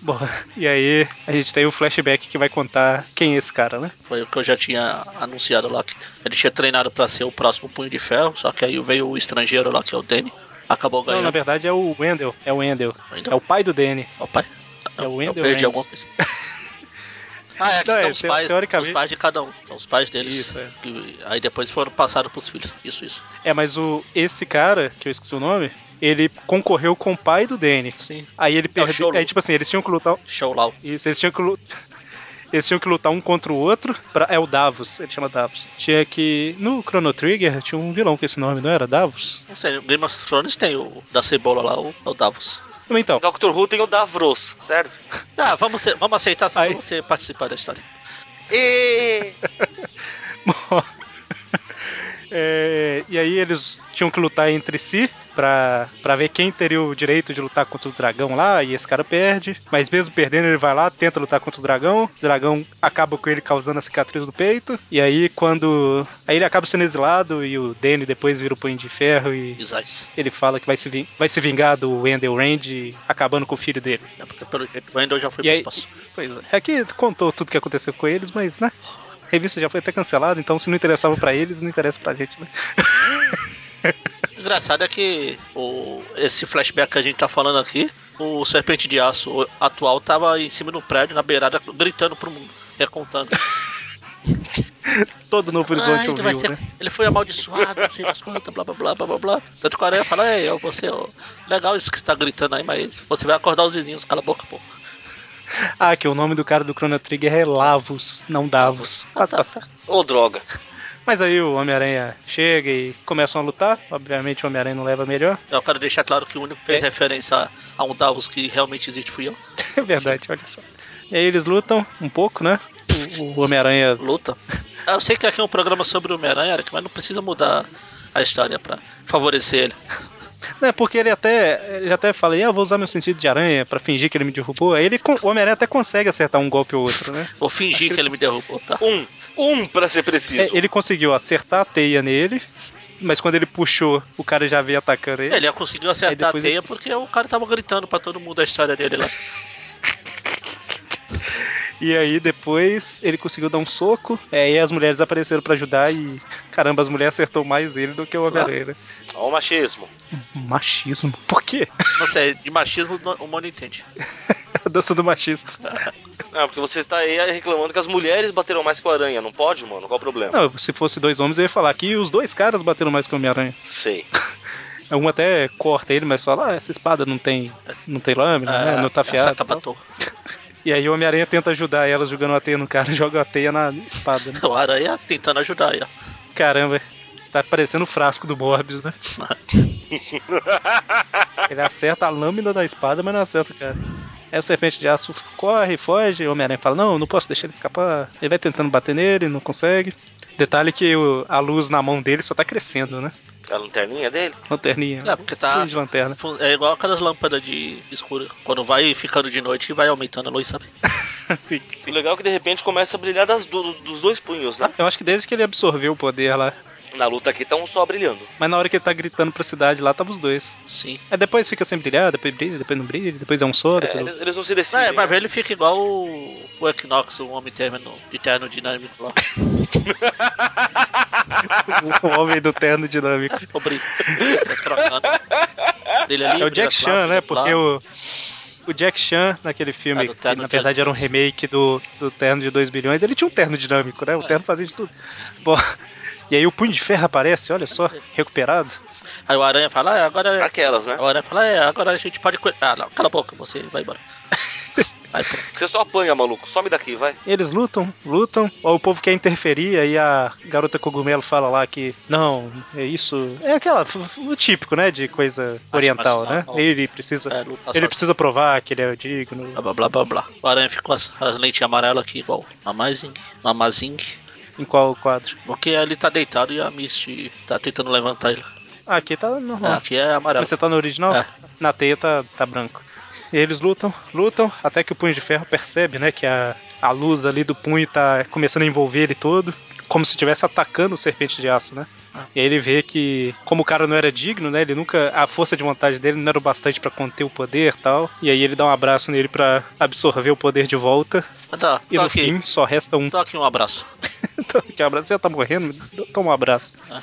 S1: Bom, e aí a gente tem o flashback que vai contar quem é esse cara, né?
S2: Foi o que eu já tinha anunciado lá. que Ele tinha treinado pra ser o próximo punho de ferro, só que aí veio o estrangeiro lá, que é o Danny. Acabou
S1: Não, na
S2: ganhando.
S1: verdade é o Wendell, é o Wendell.
S2: Wendell?
S1: É o pai do Danny.
S2: Opa,
S1: É o
S2: eu- eu
S1: Wendell
S2: perdi
S1: Randy.
S2: alguma coisa. Ah, é, que
S1: Não, é,
S2: são os
S1: te-
S2: pais,
S1: teoricamente-
S2: os pais de cada um. São os pais deles.
S1: Isso, é.
S2: que- aí depois foram passados pros filhos. Isso, isso.
S1: É, mas o esse cara, que eu esqueci o nome, ele concorreu com o pai do Danny.
S2: Sim.
S1: Aí ele perdeu.
S2: Cholo.
S1: Aí, tipo assim, eles tinham que lutar.
S2: Show lá.
S1: Isso, eles tinham que lutar. Eles tinham que lutar um contra o outro. Pra, é o Davos, ele chama Davos. Tinha que. No Chrono Trigger tinha um vilão com esse nome, não era? Davos?
S2: Não sei, o Game of Thrones tem o da cebola lá, o, o Davos.
S1: Não, Então,
S3: Dr. Who tem o Davros, serve?
S2: Ah, vamos, ser- vamos aceitar só
S1: Aí-
S2: pra você participar da história.
S3: E...
S1: Bom, é, e aí eles tinham que lutar entre si pra, pra ver quem teria o direito de lutar contra o dragão lá, e esse cara perde. Mas mesmo perdendo, ele vai lá, tenta lutar contra o dragão. O dragão acaba com ele causando a cicatriz no peito. E aí quando. Aí ele acaba sendo exilado e o Danny depois vira o punho de ferro e.
S2: Isais.
S1: Ele fala que vai se, vin- vai se vingar do Wendell Randy acabando com o filho dele.
S2: É porque pelo jeito o Wendell já foi
S1: E
S2: pro
S1: aí-
S2: espaço.
S1: Pois é. Aqui contou tudo que aconteceu com eles, mas, né? A revista já foi até cancelada, então se não interessava pra eles, não interessa pra gente, né?
S2: Engraçado é que o, esse flashback que a gente tá falando aqui, o Serpente de Aço o atual tava em cima do prédio, na beirada, gritando pro mundo, recontando.
S1: Todo Novo
S2: Ah,
S1: Horizonte
S2: ele, vai
S1: ouviu,
S2: ser-
S1: né?
S2: ele foi amaldiçoado, não sei das quantas, blá blá blá blá blá blá. Tanto que o Aranha fala, é, ó, você, ó, legal isso que você tá gritando aí, mas você vai acordar os vizinhos, cala a boca, pô.
S1: Ah, que o nome do cara do Chrono Trigger é Lavos, não Davos. Quase
S2: tá
S1: tá certo.
S3: Ô, droga.
S1: Mas aí o Homem-Aranha chega e começam a lutar. Obviamente o Homem-Aranha não leva a melhor.
S2: Eu quero deixar claro que o único que fez
S1: É.
S2: referência a- a um Davos que realmente existe fui eu.
S1: É verdade, olha só. E aí eles lutam um pouco, né? O, o Homem-Aranha.
S2: Luta. Ah, Eu sei que aqui é um programa sobre o Homem-Aranha, Eric, mas não precisa mudar a história pra favorecer ele.
S1: É, porque ele até. Ele até fala, "Ih, eu vou usar meu sentido de aranha pra fingir que ele me derrubou. Aí ele, con- o Homem-Aranha até consegue acertar um golpe ou outro, né?
S2: Vou fingir que ele me derrubou, tá?
S3: Um. Um, pra ser
S1: É,
S3: preciso.
S1: ele conseguiu acertar a teia nele, mas quando ele puxou, o cara já veio atacando ele.
S2: Ele conseguiu acertar a
S1: depois ele
S2: teia
S1: conseguiu.
S2: porque o cara tava gritando pra todo mundo a história dele lá.
S1: E aí depois ele conseguiu dar um soco, é, e as mulheres apareceram pra ajudar e caramba, as mulheres acertou mais ele do que o Homem-Aranha. né?
S3: Ó o machismo.
S1: Machismo. Por quê?
S2: Não sei, de machismo no- o mundo entende.
S1: A dança do machismo.
S3: Ah, porque você está aí reclamando que as mulheres bateram mais que o Aranha. Não pode, mano? Qual o problema?
S1: Não, se fosse dois homens eu ia falar que os dois caras bateram mais que o Homem-Aranha.
S3: Sei.
S1: Um até corta ele, mas fala: "Ah, essa espada não tem, não tem lâmina, né? não tá afiada".
S2: É, Essa tabatou.
S1: E aí o Homem-Aranha tenta ajudar ela jogando a teia no cara, joga a teia na espada. Né?
S2: O Aranha tentando ajudar aí, ó.
S1: Caramba, tá parecendo o frasco do Morbius, né? Ele acerta a lâmina da espada, mas não acerta o cara. Aí o serpente de aço corre, foge, e o Homem-Aranha fala: Não, não posso deixar ele escapar. Ele vai tentando bater nele, não consegue. Detalhe que o- a luz na mão dele só tá crescendo, né?
S3: A lanterninha dele?
S1: Lanterninha.
S2: É, porque tá-
S1: De lanterna.
S2: Fu- É igual aquelas lâmpadas de escura. Quando vai ficando de noite, vai aumentando a luz, sabe?
S3: O legal é que de repente começa a brilhar das do- dos dois punhos, né?
S1: Eu acho que desde que ele absorveu o poder lá.
S3: Na luta aqui tá um só brilhando.
S1: Mas na hora que ele tá gritando pra cidade lá, tava os dois.
S2: Sim.
S1: Aí depois fica sem brilhar, depois brilha, depois não brilha, depois é um soro.
S3: É,
S1: depois-
S3: eles, eles não se decidem.
S2: É, mas
S3: né?
S2: ele fica igual o, o Equinox, o homem terno, de terno dinâmico lá.
S1: O homem do terno dinâmico.
S2: Ficou brilhando. Fica Tá trocando. Brilha ali,
S1: É o
S2: brilha
S1: Jack
S2: lá,
S1: Chan, né?
S2: brilha lá.
S1: Porque o. O Jack Chan, naquele filme,
S2: Ah, do
S1: que
S2: terno
S1: na verdade era um
S2: dinâmico.
S1: remake do, do terno de 2 bilhões, ele tinha um terno dinâmico, né? O terno fazia de tudo. Bom, e aí o punho de ferro aparece, olha só, recuperado.
S2: Aí o Aranha fala, ah, agora.
S3: Aquelas, né?
S2: A Aranha fala, é, agora a gente pode. co- Ah, não, cala a boca, você vai embora. Aí, pronto.
S3: Você só apanha, maluco. Some daqui, vai.
S1: Eles lutam, lutam, ou o povo quer interferir, aí a garota cogumelo fala lá que não, é isso. É aquela, f- o típico, né? De coisa oriental,
S2: mas não,
S1: né?
S2: não.
S1: Ele precisa.
S2: É, luta
S1: ele
S2: só-
S1: precisa provar que ele é digno.
S2: blá blá blá blá blá. O Aranha ficou as, as lentes amarelas aqui, igual Mamazing. Mamazing.
S1: Em qual quadro?
S2: Porque ele tá deitado e a Misty tá tentando levantar ele.
S1: Ah, aqui tá
S2: É,
S1: normal.
S2: aqui é amarelo.
S1: Mas você tá no original?
S2: É.
S1: Na teia tá, tá branco. E eles lutam, lutam, até que o punho de ferro percebe, né? Que a, a luz ali do punho tá começando a envolver ele todo. Como se estivesse atacando o serpente de aço, né?
S2: Ah.
S1: E aí ele vê que, como o cara não era digno, né? Ele nunca. A força de vontade dele não era o bastante pra conter o poder e tal. E aí ele dá um abraço nele pra absorver o poder de volta.
S2: Mas Tá,
S1: E
S2: tô
S1: no
S2: aqui.
S1: fim só resta um.
S2: Tô aqui um abraço.
S1: que abraço, você já tá morrendo? Toma um abraço.
S2: Ah.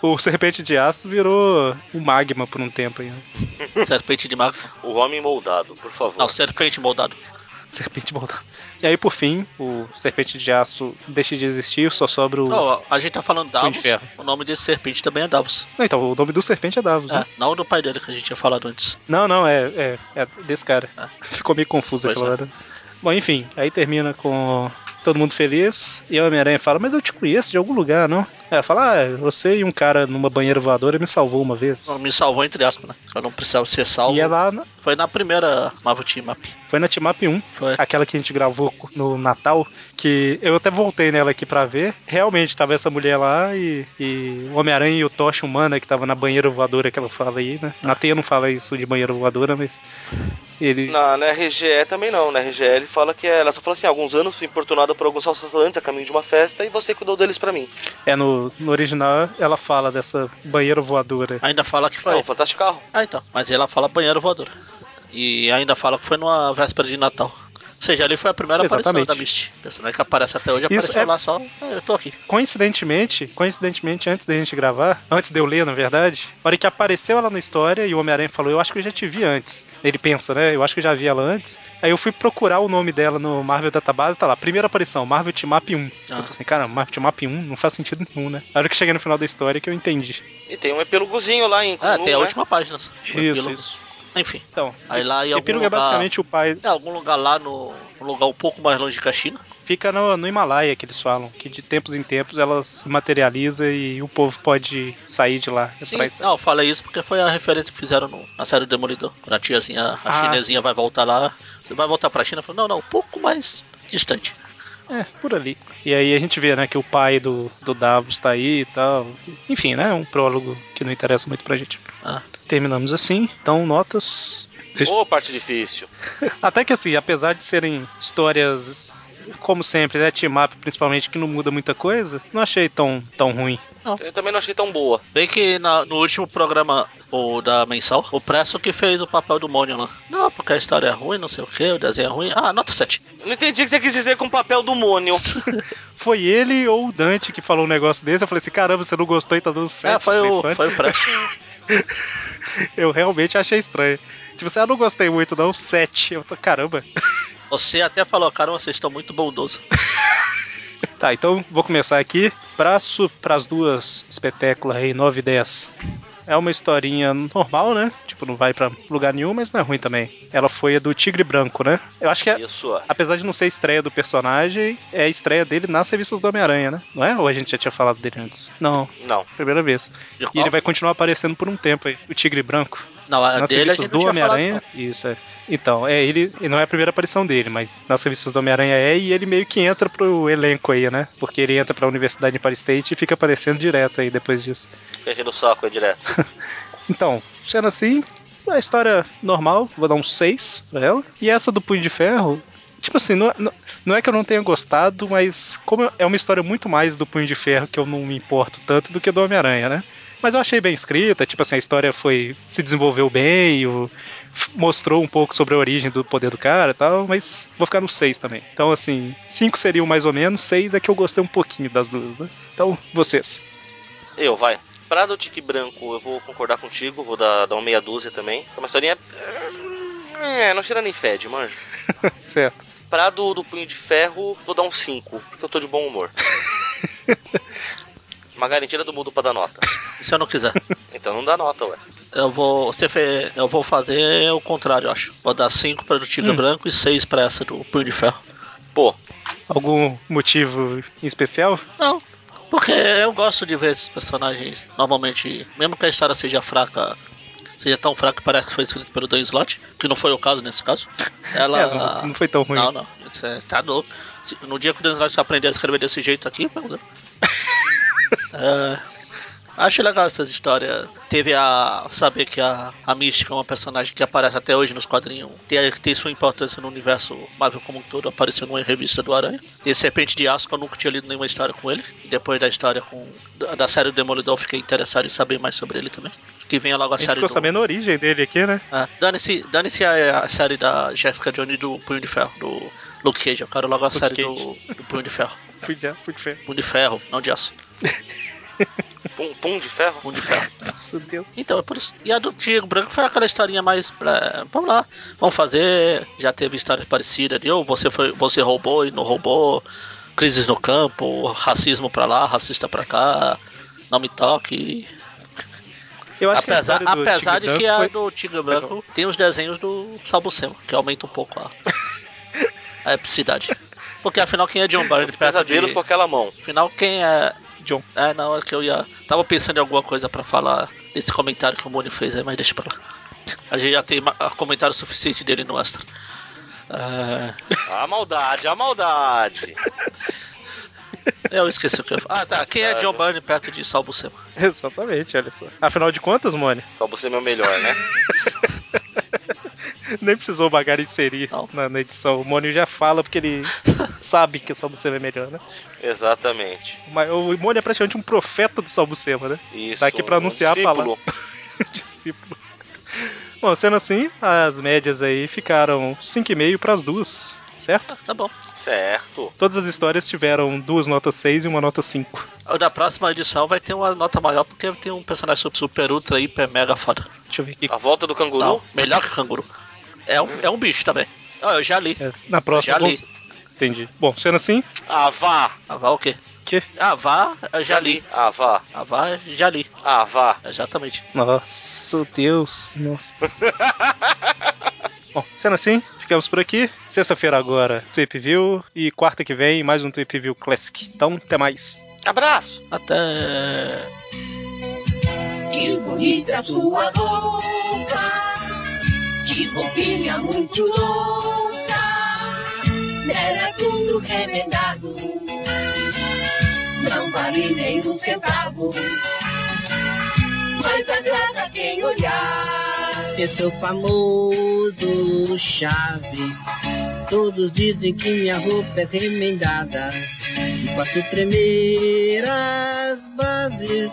S1: O serpente de aço virou o magma por um tempo aí. né?
S2: Serpente de mago.
S3: O homem moldado, por favor.
S2: Não, serpente moldado.
S1: Serpente voltando. E aí, por fim, o Serpente de Aço deixa de existir, só sobra o.
S2: Ó, a gente tá falando Davos.
S1: inferno.
S2: O nome desse serpente também é Davos.
S1: Não, então, o nome do Serpente é Davos, né?
S2: É, não do pai dele que a gente tinha falado antes.
S1: Não, não, é, é, é desse cara.
S2: Ah.
S1: Ficou meio confuso
S2: Pois
S1: aquela
S2: é.
S1: hora. Bom, enfim, aí termina com todo mundo feliz e a Homem-Aranha fala: Mas eu te conheço de algum lugar, não? Ela fala: Ah, você e um cara numa banheira voadora me salvou uma vez.
S2: Não, Me salvou entre aspas, né? Eu não precisava ser salvo.
S1: E é lá, na-
S2: Foi na primeira Marvel Team Up.
S1: foi na Timap 1,
S2: Foi.
S1: aquela que a gente gravou no Natal, que eu até voltei nela aqui pra ver. Realmente, tava essa mulher lá e, e o Homem-Aranha e o Tocha Humana, que tava na banheira voadora que ela fala aí, né? Na teia não fala isso de banheira voadora, mas. Ele.
S3: Na, na RGE também não, na RGE ele fala que ela só fala assim, "Há alguns anos fui importunada por alguns assaltantes a caminho de uma festa e você cuidou deles pra mim.
S1: É no, no original, ela fala dessa banheira voadora.
S2: Ainda fala que
S3: Não,
S2: foi.
S3: um fantástico carro.
S2: Ah, então. Mas ela fala banheiro voador. E ainda fala que foi numa véspera de Natal. Ou seja, ali foi a primeira
S1: Exatamente.
S2: aparição da Misty. O personagem que aparece até hoje
S1: Isso
S2: apareceu
S1: é-
S2: lá só. "Ah, eu tô aqui.
S1: Coincidentemente, coincidentemente, antes da gente gravar, antes de eu ler, na verdade, na hora que apareceu ela na história e o Homem-Aranha falou, eu acho que eu já te vi antes. Ele pensa, né? Eu acho que eu já vi ela antes. Aí eu fui procurar o nome dela no Marvel Database, tá lá, primeira aparição, Marvel Team Up 1.
S2: Ah.
S1: Eu tô assim, cara, Marvel Team Up 1 não faz sentido nenhum, né? Na hora que cheguei no final da história que eu entendi.
S3: E tem um epílogozinho lá em
S2: Ah,
S3: Kunlun,
S2: tem a
S3: né?
S2: última página. só. O
S1: Isso,
S2: epílogo.
S1: isso.
S2: Enfim.
S1: Então,
S2: Aí lá em algum
S1: Epílogo é
S2: lugar-
S1: basicamente o pai.
S2: É algum lugar lá no. Um lugar um pouco mais longe que a China.
S1: Fica no, no Himalaia que eles falam, que de tempos em tempos ela se materializa e o povo pode sair de lá.
S2: Sim,
S1: atrás.
S2: não, eu falei isso porque foi a referência que fizeram no- na série do Demolidor. Quando a tiazinha, a
S1: Ah,
S2: chinesinha vai voltar lá. Você vai voltar pra China? Eu Falei, não, não, um pouco mais distante.
S1: É, por ali. E aí a gente vê, né, que o pai do, do Davos tá aí e tal. Enfim, né, um prólogo que não interessa muito pra gente.
S2: Ah,
S1: Terminamos assim, então notas. Deixa-
S3: Ô, parte difícil.
S1: Até que assim, apesar de serem histórias, como sempre, né, team up principalmente, que não muda muita coisa, não achei tão, tão ruim.
S3: Eu também não achei tão boa.
S2: Bem que na- no último programa o da mensal, o Presso que fez o papel do Mônio lá. Não, porque a história é ruim, não sei o que, o desenho é ruim. Ah, nota 7.
S3: Eu Não entendi o que você quis dizer com o papel do Mônio.
S1: Foi ele ou o Dante que falou um negócio desse, eu falei assim, caramba, você não gostou e tá dando certo.
S2: É, foi o, foi o Presso.
S1: Eu realmente achei estranho. Tipo assim, ah, não gostei muito não, 7. Eu tô, caramba.
S2: Você até falou, cara, vocês estão muito bondosos.
S1: Tá, então vou começar aqui. Braço pras duas espetáculas aí, 9 e 10. É uma historinha normal, né? Tipo, não vai pra lugar nenhum, mas não é ruim também. Ela foi a do Tigre Branco, né? Eu acho que, é-
S3: Isso, ó.
S1: apesar de não ser estreia do personagem, é a estreia dele nas revistas do Homem-Aranha, né? Não é? Ou a gente já tinha falado dele antes? Não,
S3: Não.
S1: primeira vez. E
S2: De
S1: ele
S2: qual?
S1: vai continuar aparecendo por um tempo aí, o Tigre Branco.
S2: Não, a
S1: nas
S2: dele a
S1: revistas
S2: gente
S1: do
S2: não tinha falado,
S1: Homem-Aranha. Isso, é. Então, é, ele e não é a primeira aparição dele, mas nas revistas do Homem-Aranha é, e ele meio que entra pro elenco aí, né? Porque ele entra pra universidade em Paris State e fica aparecendo direto aí depois disso.
S3: Fica enchendo o saco aí direto.
S1: Então, sendo assim, a história normal, vou dar um 6 pra ela. E essa do Punho de Ferro, tipo assim, não, não, não é que eu não tenha gostado, mas como é uma história muito mais do Punho de Ferro que eu não me importo tanto do que do Homem-Aranha, né? Mas eu achei bem escrita, tipo assim, a história foi. se desenvolveu bem, o- f- mostrou um pouco sobre a origem do poder do cara e tal, mas vou ficar no 6 também. Então, assim, 5 seria o mais ou menos, 6 é que eu gostei um pouquinho das duas, né? Então, vocês.
S3: Eu, vai. Pra do Tique Branco, eu vou concordar contigo, vou dar, dar uma meia dúzia também. É uma historinha. É, não cheira nem fede, manjo.
S1: certo.
S3: Pra do, do Punho de Ferro, vou dar um 5, porque eu tô de bom humor. uma garantia do mundo pra dar nota.
S2: E Se eu não quiser.
S3: Então não dá nota, ué.
S2: Eu vou, você fe- eu vou fazer o contrário, eu acho. Vou dar 5 para do Tigre Branco e 6 para essa do Punho de Ferro.
S3: Pô,
S1: Algum motivo em especial?
S2: Não, porque eu gosto de ver esses personagens normalmente, mesmo que a história seja fraca, seja tão fraca que parece que foi escrito pelo Dan Slott, que não foi o caso nesse caso. Ela.
S1: É, não, não foi tão ruim.
S2: Não, não, você tá louco. Se- No dia que o Dan Slott aprender a escrever desse jeito aqui, meu Deus. É, Acho legal essas histórias. Teve a. saber que a, a Mística é uma personagem que aparece até hoje nos quadrinhos. Tem, tem sua importância no universo Marvel como um todo, apareceu numa revista do Aranha. E Serpente de Aço, que eu nunca tinha lido nenhuma história com ele. E depois da história com. da, da série do Demolidor, eu fiquei interessado em saber mais sobre ele também. Que venha logo a,
S1: A gente
S2: série
S1: ficou
S2: do.
S1: sabendo a origem dele aqui, né?
S2: Ah, dane-se, dane-se a, a série da Jessica Jones do Punho de Ferro, do Luke Cage. Eu quero logo a
S1: Luke
S2: série
S1: Cage.
S2: do, do Punho de Ferro.
S1: Podia, podia.
S2: Punho de Ferro, não de aço.
S3: pum, pum de ferro?
S2: Punho de Ferro.
S1: Nossa, Deus.
S2: Então, é por isso. E a do Diego Branco foi aquela historinha mais. pra- vamos lá, vamos fazer. Já teve histórias parecidas de ou você, foi, você roubou e não roubou, crises no campo, racismo pra lá, racista pra cá, não me toque.
S1: Eu acho
S2: apesar
S1: que a história do
S2: apesar
S1: Tigre
S2: de que
S1: Branco
S2: a
S1: foi-
S2: do Tigre Branco tem os desenhos do Sabucema, que aumenta um pouco a, a epicidade. Porque afinal, quem é John Byrne perto de...
S3: Pesadelos com aquela mão.
S2: Afinal, quem é
S1: John.
S2: é, na hora que eu ia. Tava pensando em alguma coisa pra falar desse comentário que o Mônio fez aí, mas deixa pra lá. A gente já tem ma- comentário suficiente dele no Astra. Ah,
S3: A maldade, a maldade.
S2: eu esqueci o que eu ia falar. Ah, tá. Quem é John Byrne perto de Sal Buscema?
S1: Exatamente, olha só. Afinal de contas, Mônio,
S3: Só você é meu melhor, né?
S1: nem precisou o Bagara inserir
S2: Não.
S1: na, na edição. O Mônio já fala porque ele sabe que o Salbucema é melhor, né?
S3: Exatamente.
S1: O Ma- O Mônio é praticamente um profeta do Salbucema, né?
S3: Isso.
S1: Tá aqui pra
S3: um
S1: anunciar a
S3: discípulo.
S1: Discípulo. Bom, sendo assim, as médias aí ficaram 5,5 para as duas, certo?
S2: Tá bom.
S3: Certo.
S1: Todas as histórias tiveram duas notas 6 e uma nota 5.
S2: O Da próxima edição vai ter uma nota maior porque tem um personagem super, super ultra, hiper, mega foda.
S1: Deixa eu ver aqui.
S3: A volta do canguru.
S2: Não, melhor que canguru. É um, é um bicho também. Ah, eu já li.
S1: É, na próxima.
S2: Já li.
S1: vamos- Entendi. Bom, sendo assim,
S3: Ah, vá.
S2: Ah, vá o quê?
S1: que.
S2: Ah, vá, eu já li.
S3: Ah, vá.
S2: Ah, vá, já li.
S3: Ah, vá.
S2: Exatamente.
S1: Nossa, Deus, nossa. Bom, sendo assim, ficamos por aqui. Sexta-feira agora, Tweep View. E quarta que vem, mais um Tweep View Classic. Então, até mais.
S3: Abraço.
S2: Até.
S4: Que bonita sua boca, que roupinha muito louca, nela é tudo remendado, não vale nem um centavo, mas agrada quem olhar. Eu sou famoso Chaves, todos dizem que minha roupa é remendada. E faço tremer as bases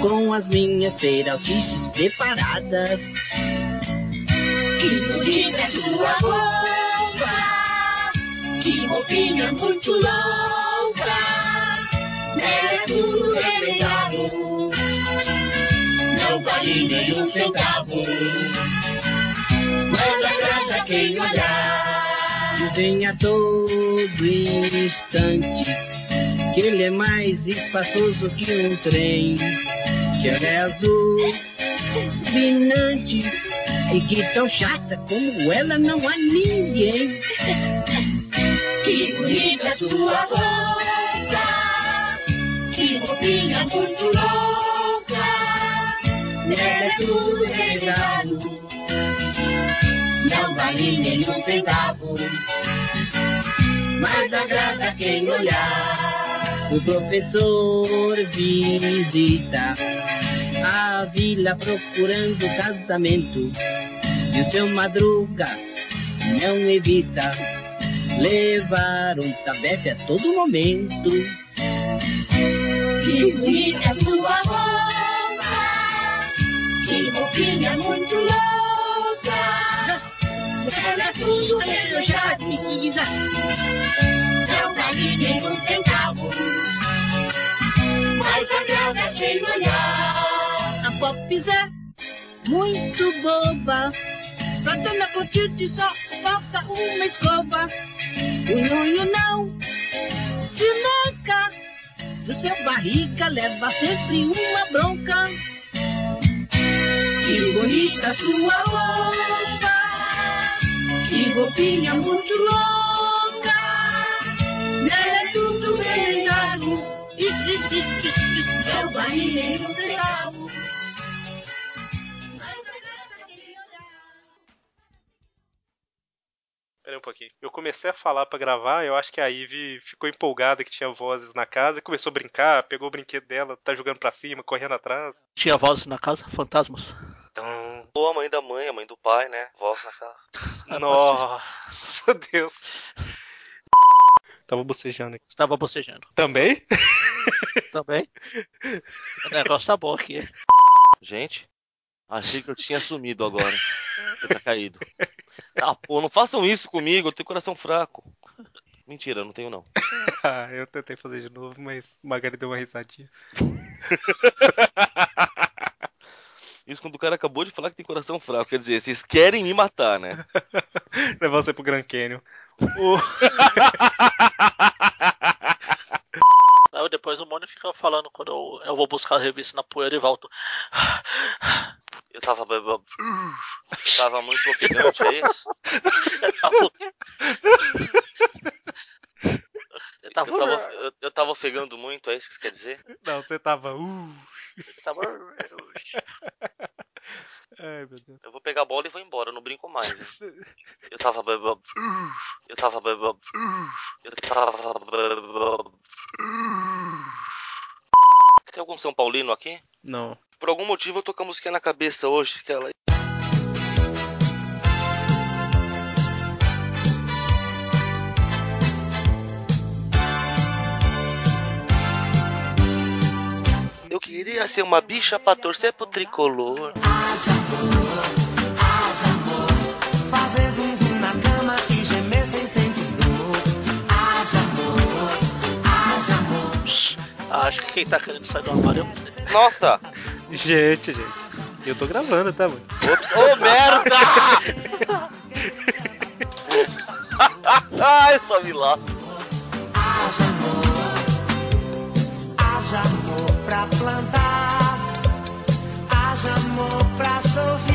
S4: com as minhas peraltices preparadas. Que bonita é sua roupa, que roupinha muito louca. Nela é tudo remendado, não vale nem um centavo, mas agrada quem olhar. Dizem a todo instante que ele é mais espaçoso que um trem, que ela é azul, brilhante e que tão chata como ela não há ninguém. Que bonita sua boca, que roupinha muito louca, nela é tudo revelado, nem um centavo. Mas agrada quem olhar. O professor visita a vila procurando casamento. E o seu madruga não evita levar um tabefe a todo momento.
S6: Que bonita sua roupa, que roupinha muito louca. Ela é tudo meu jardim, não vale nem um centavo, mas agrada quem olhar.
S4: A Pops é muito boba. Pra Dona Clotilde só falta uma escova. O Nhonho não se manca. Do seu barriga leva sempre uma bronca.
S6: Que bonita sua roupa, que roupinha muito louca. Nela é tudo remendado, isso, isso, isso, isso, isso. Não vale nem um centavo. Mas agrada quem olhar.
S1: Pera aí um pouquinho. Eu comecei a falar pra gravar, eu acho que a Ivy ficou empolgada que tinha vozes na casa e começou a brincar, pegou o brinquedo dela, tá jogando pra cima, correndo atrás.
S2: Tinha vozes na casa, fantasmas.
S1: Então,
S3: Ou a mãe da mãe, a mãe do pai, né? Voz na casa.
S2: Ah,
S1: nossa, Deus. Tava bocejando aqui.
S2: Estava bocejando.
S1: Também?
S2: Também. O negócio tá bom aqui.
S3: Gente, achei que eu tinha sumido agora. Você tá caído. Ah, pô, não façam isso comigo, eu tenho coração fraco. Mentira, eu não tenho não.
S1: Ah, eu tentei fazer de novo, mas o Magali deu uma risadinha.
S3: Isso quando o cara acabou de falar que tem coração fraco. Quer dizer, vocês querem me matar, né?
S1: Levar você pro Grand Canyon. O-
S2: Aí depois o Mônio fica falando quando eu, eu vou buscar a revista na poeira e volto.
S3: Eu tava. Tava muito ofegante, é isso?
S2: Eu tava, eu
S3: Eu
S2: tava, eu
S3: tava, eu, eu tava ofegando muito, é isso que você quer dizer?
S1: Não, você tava. Uh...
S2: tava-
S1: Ai, meu Deus.
S3: Eu vou pegar a bola e vou embora, eu não brinco mais. hein? Eu tava. Eu tava. Eu tava. Tem algum São Paulino aqui?
S1: Não.
S3: Por algum motivo eu tô com a musiquinha na cabeça hoje, que ela. Eu queria ser uma bicha pra torcer pro tricolor.
S7: Fazer zum zum na cama e gemer sem sentir dor.
S2: acho que quem tá querendo sair do armário é você.
S3: Nossa!
S1: Gente, gente. Eu tô gravando, tá, mano?
S3: Ops, ô merda! Ai, só me lasco.
S7: Haja amor, haja amor pra plantar, haja amor pra sorrir.